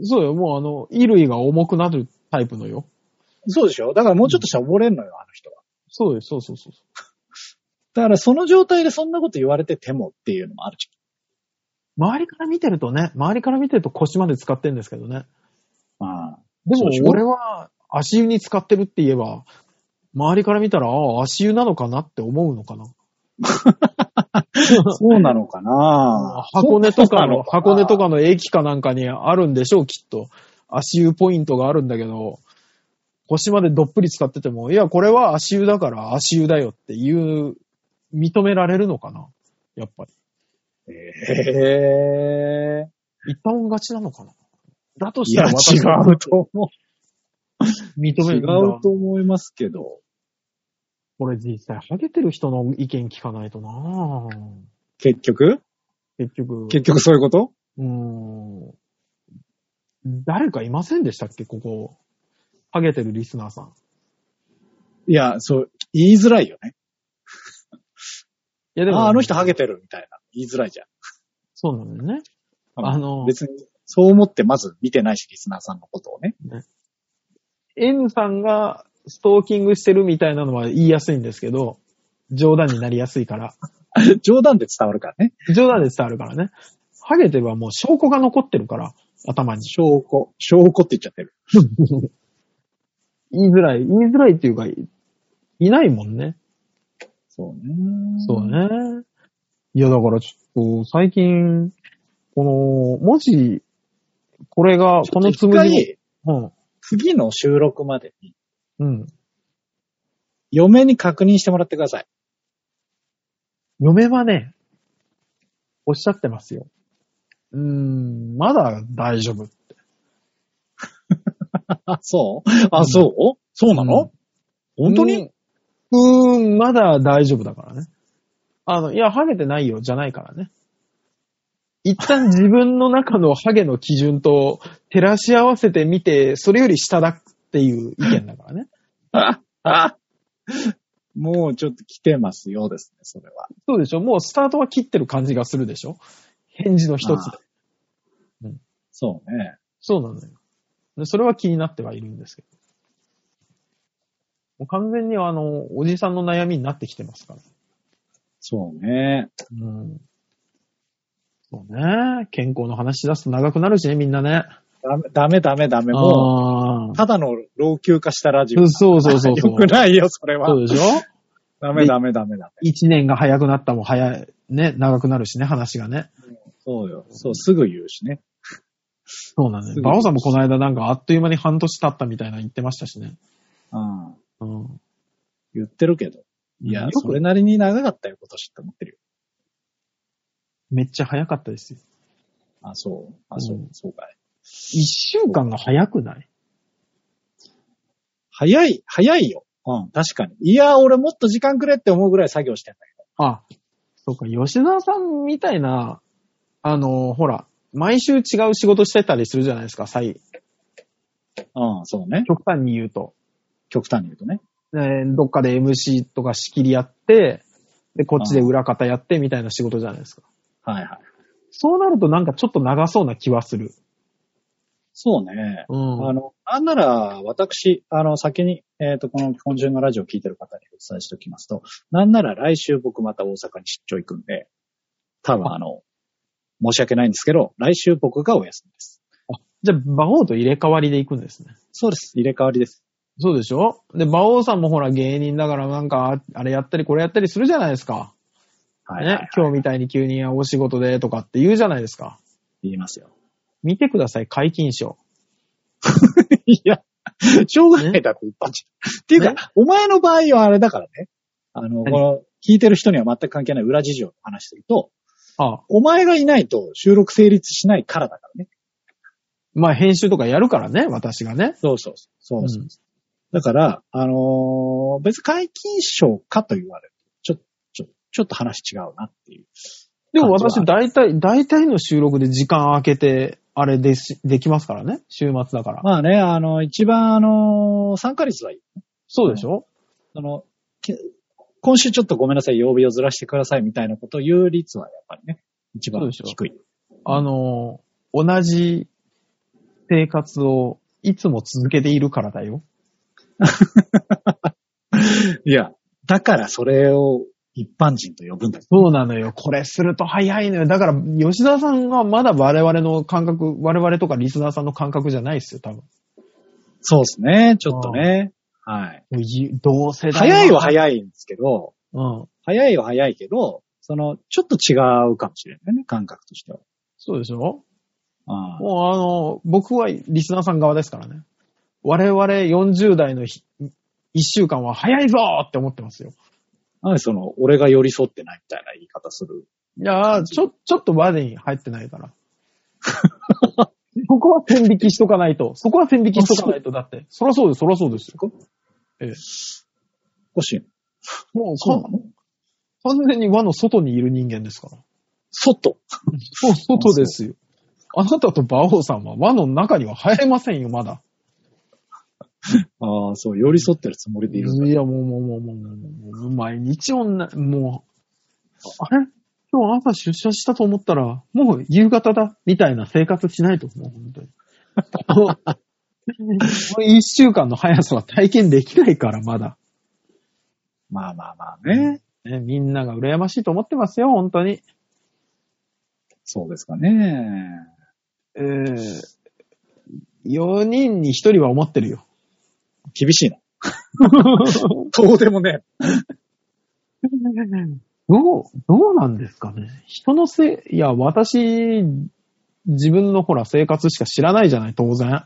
B: そうよ、もうあの、衣類が重くなるタイプのよ。
C: そうでしょだからもうちょっとしたら溺れんのよ、あの人は。
B: そうよ、そうそうそう。
C: だからその状態でそんなこと言われててもっていうのもあるじ
B: 周りから見てるとね、周りから見てると腰まで使ってんですけどね。
C: ゃん。ああ。
B: で
C: そうでし
B: も
C: ょ
B: 俺は足湯に使ってるって言えば、周りから見たら、ああ、足湯なのかなって思うのかな。
C: そうなのかな
B: 箱根とかの、
C: そうな
B: 箱根と
C: か
B: かの駅かなんかにあるんでしょう、きっと。足湯ポイントがあるんだけど、腰までどっぷり使ってても、いや、これは足湯だから足湯だよっていう、認められるのかなやっぱり。
C: な。へえ。
B: 一旦もん勝ちなのかなだとし
C: い
B: た
C: や、
B: ら
C: 違
B: 私は
C: うと思
B: 認
C: う。
B: め
C: 違
B: るんだ。
C: うと思いますけど。
B: これ実際、ハゲてる人の意見聞かないとなぁ
C: 結局
B: 結局。
C: 結局そういうこと
B: うーん。誰かいませんでしたっけここ。ハゲてるリスナーさん。
C: いや、そう、言いづらいよね。
B: いやで
C: ああ、あの人ハゲてるみたいな。言いづらいじゃん。
B: そうなんだよね。
C: うん
B: あの、
C: 別に、そう思ってまず見てないし、リスナーさんのことをね。
B: N さんがストーキングしてるみたいなのは言いやすいんですけど、冗談になりやすい から。
C: 冗談で伝わるからね。
B: 冗談で伝わるからね。ハゲてはもう証拠が残ってるから、頭に。
C: 証拠、証拠って言っちゃってる。
B: 言いづらい、言いづらいっていうか、いいないもんね。
C: そうね。
B: そう。ね。いや、だからちょっと、最近、この、もし、これが、こ
C: この
B: の
C: つ
B: つ
C: む
B: むじ
C: り、
B: も、
C: 次の収録までに、
B: うん、うん。
C: 嫁に確認してもらってください。
B: 嫁はね、おっしゃってますよ。うーん、まだ大丈夫。
C: あ、そうあ、そうそうなの本当に
B: うーん、まだ大丈夫だからね。あの、いや、ハゲてないよ、じゃないからね。一旦自分の中のハゲの基準と照らし合わせてみて、それより下だっていう意見だからね。
C: あ、あ、もうちょっと来てますようですね、それは。
B: そうでしょもうスタートは切ってる感じがするでしょ返事の一つで。
C: そうね。
B: そうなのよで。それは気になってはいるんですけど。もう完全にあの、おじさんの悩みになってきてますから。
C: そうね。
B: うん。そうね。健康の話し出すと長くなるしね、みんなね。
C: ダメ、ダメ、ダメ、ダメ。
B: あ
C: もう、
B: あ。
C: ただの老朽化したラジオ。
B: そうそうそうそう。
C: よくないよ、それは。
B: そうでしょ
C: ダメ、ダメ、ダメ、ダメ。
B: 一年が早くなったも早い、ね、長くなるしね、話がね。
C: そうよ。そう、すぐ言うしね。
B: そうなんだ
C: す
B: よ。
C: ごい
B: バオさんもこの間なんかあっという間に半年経ったみたいなの言ってましたしね。
C: うん。
B: うん。
C: 言ってるけど。いや
B: よ、
C: そ
B: く
C: れなりに長かったよ、今年って思ってるよ。
B: めっちゃ早かったですよ。
C: あ、そう。あ、そう
B: うん、
C: そうかい。
B: 一週間が早くない
C: 早い、早いよ。うん、確かに。いや、俺もっと時間くれって思うぐらい作業してんだよ。
B: あ、そうか、吉沢さんみたいな、あの、ほら、毎週違う仕事してたりするじゃないですか、最、
C: うん、そうね。
B: 極端に言うと。
C: 極端に言うとね。
B: えーどっかで MC とか仕切りやって、で、こっちで裏方やってみたいな仕事じゃないですか。
C: はいはい。
B: そうなるとなんかちょっと長そうな気はする。
C: そうね。
B: うん。
C: あの、なんなら、私、あの、先に、えっ、と、この今週のラジオを聞いてる方にお伝えしておきますと、なんなら来週僕また大阪に出張行くんで、多分あの、申し訳ないんですけど、来週僕がお休みです。
B: じゃあ、馬王と入れ替わりで行くんですね。
C: そうです。入れ替わりです。
B: そうでしょで、馬王さんもほら芸人だからなんか、ああれやったりこれやったりするじゃないですか。
C: はいはい、は
B: ね
C: い。。
B: 今日みたいに急にお仕事でとかって言うじゃないですか。
C: 言いますよ。
B: 見てください、解禁賞。
C: いや、しょうがないだって一般人。っていうか、お前の場合はあれだからね。あの、
B: 何
C: この、聞いてる人には全く関係ない裏事情の話すると、
B: ああ
C: お前がいないと収録成立しないからだからね。
B: まあ編集とかやるからね、私がね。
C: そうそうそう。そうそうだから、あのー別に解禁賞かと言われる。ちょ、ちょ、ちょっと話違うなっていう。
B: でも
C: 感じ
B: 私
C: は
B: 大体、大体の収録で時間空けて、あれです、できますからね。週末だから。
C: まあね、あの、一番あのー参加率はいい。
B: そうでしょ
C: その、け今週ちょっとごめんなさい、曜日をずらしてくださいみたいなことを言う率はやっぱりね、一
B: そ
C: 番
B: うでしょ
C: 低い。
B: あのー、同じ生活をいつも続けているからだよ。
C: いや、だからそれを一般人と呼ぶんだよ。
B: そうなのよ。これすると早いのよ。だから、吉田さんがまだ我々の感覚、我々とかリスナーさんの感覚じゃないですよ、多分。
C: そうですね、ちょっとね。はい。
B: 同世代。
C: 早いは早いんですけど、
B: うん。
C: 早いは早いけど、その、ちょっと違うかもしれないね、感覚としては。
B: そうでしょ
C: ああ
B: もうあの、僕はリスナーさん側ですからね。我々40代のひ一週間は早いぞーって思ってますよ。
C: なんでその、俺が寄り添ってないみたいな言い方する。
B: いやー、ちょ、ちょっと輪に入ってない から。ここは線引きしとかないと。そこは線引きしとかないと。だって。そらそうです、そらそうですよ。
C: 欲しいの。
B: もう、
C: そうなの
B: 完全に輪の外にいる人間ですから。
C: 外。
B: そう、外ですよ。あなたと馬王さんは輪の中には入れませんよ、まだ。
C: ああ、そう、寄り添ってるつもりでいるんだ。
B: いや、もう、もう、もう、もう、もう、もう毎日女、もう、あれ今日朝出社したと思ったら、もう夕方だ、みたいな生活しないと、もう、本当に。もうこの 一週間の速さは体験できないから、まだ。
C: まあまあまあね。
B: ね、みんなが羨ましいと思ってますよ、本当に。
C: そうですかね。
B: えー、4人に1人は思ってるよ。
C: 厳しいな。どうでもね。
B: どう、どうなんですかね。人のせい、いや、私、自分のほら生活しか知らないじゃない、当然。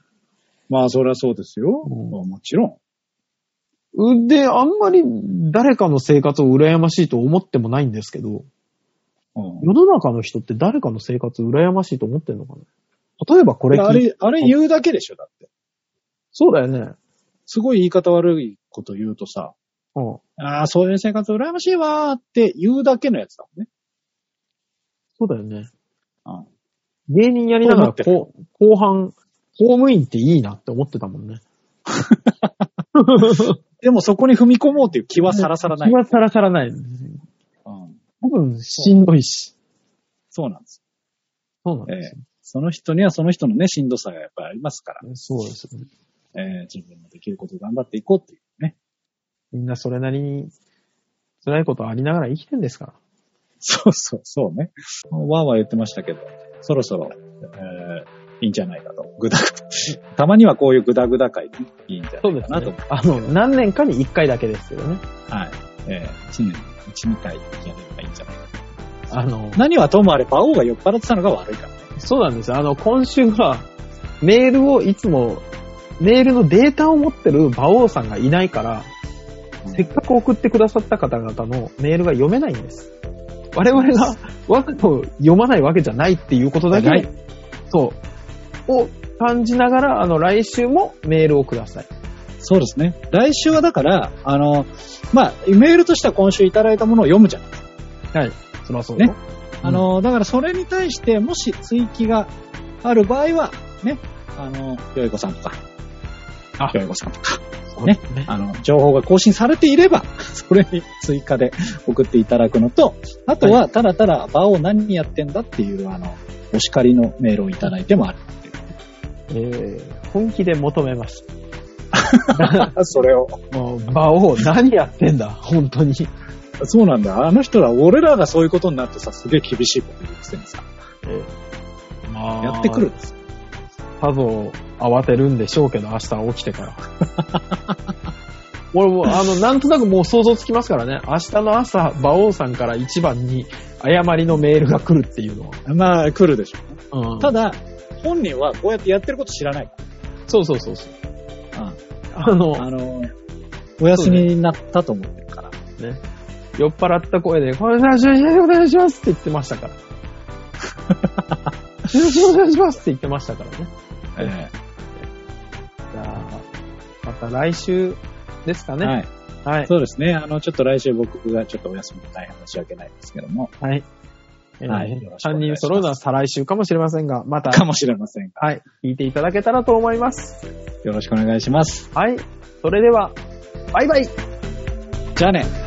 C: まあ、そりゃそうですよ。
B: うん
C: まあもちろん。
B: うで、あんまり誰かの生活を羨ましいと思ってもないんですけど、
C: うん
B: 世の中の人って誰かの生活を羨ましいと思ってんのかな例えばこれ
C: あ
B: 聞い、
C: れ、あれ言うだけでしょ、だって。
B: そうだよね。
C: すごい言い方悪いこと言うとさ、
B: うん。
C: ああ、そういう生活羨ましいわーって言うだけのやつだもんね。
B: そうだよね。
C: うん
B: 芸人やりながら
C: そう
B: こう、後半、公務員っていいなって思ってたもんね。
C: でもそこに踏み込もうという気はさらさらない。
B: 気はさらさらないです。
C: うん
B: 多分、しんどいし。
C: そうなんです。
B: そうなんですよ、
C: その人にはその人のね、しんどさがやっぱりありますから、
B: そうですよね。
C: えー自分のできることを頑張っていこうっていうね。
B: みんなそれなりに辛いことありながら生きてんですから。
C: そうそう、そうね。わーわー言ってましたけど、そろそろ、えーいいんじゃないかと。ぐだぐだ。たまにはこういうぐだぐだ会、いいんじゃないかなと思う。
B: あの、何年かに1回だけですけどね。
C: はい。えー、1年に1、2回やればいいんじゃないかな。
B: あの、
C: 何はともあれ、馬王が酔っ払ってたのが悪いからね。
B: そうなんですよ。あの、今週は、メールをいつも、メールのデータを持ってる馬王さんがいないから、せっかく送ってくださった方々のメールが読めないんです。我々がわざと読まないわけじゃないっていうことだ
C: は
B: け
C: い、
B: そう、を感じながら、あの、来週もメールをください。
C: そうですね。来週はだから、あの、まあ、メールとしては今週いただいたものを読むじゃないですか。
B: そらそう
C: ね
B: ね。
C: あの、だからそれに対して、もし追記がある場合は、ね、あの、よいこさんとか、
B: あ
C: よいこさんとか、
B: そう
C: ね。あの、情報が更新されていれば、 それに追加で送っていただくのと、あとは、ただただ、場を何やってんだっていう、あの、お叱りのメールをいただいてもある。
B: えー本気で求めます。
C: それを。
B: もう、馬王、何やってんだ、 本当に。
C: そうなんだ。あの人ら、俺らがそういうことになってさ、すげえ厳しいこと言うくせにさ、
B: ま
C: やってくるんですよ
B: さぞ慌てるんでしょうけど、明日起きてから。 俺も、あの、なんとなくもう想像つきますからね。明日の朝、馬王さんから一番に誤りのメールが来るっていうの
C: まあ、来るでしょうね。
B: は。うん。
C: ただ、本人はこうやってやってること知らない。
B: そうそうそうそう。
C: うん
B: あの、
C: あの、お休みになったと思ってるから。
B: 酔っ払った声で、これ最初にお願いしますって言ってました から。よろしくお願いしますって言ってましたからね。
C: え
B: じゃあ、また来週ですか
C: え
B: ね。
C: はい。
B: はい。
C: そうですね。あの、ちょっと来週僕がちょっとお休みで大変申し訳ないですけども、
B: はい。えー
C: はいよろしく
B: 3
C: お願いします
B: 人揃うのは再来週かもしれませんが、また、
C: かもしれませんが、
B: はい、聞いていただけたらと思います。
C: よろしくお願いします。
B: はい。それでは、バイバイ
C: じゃあね。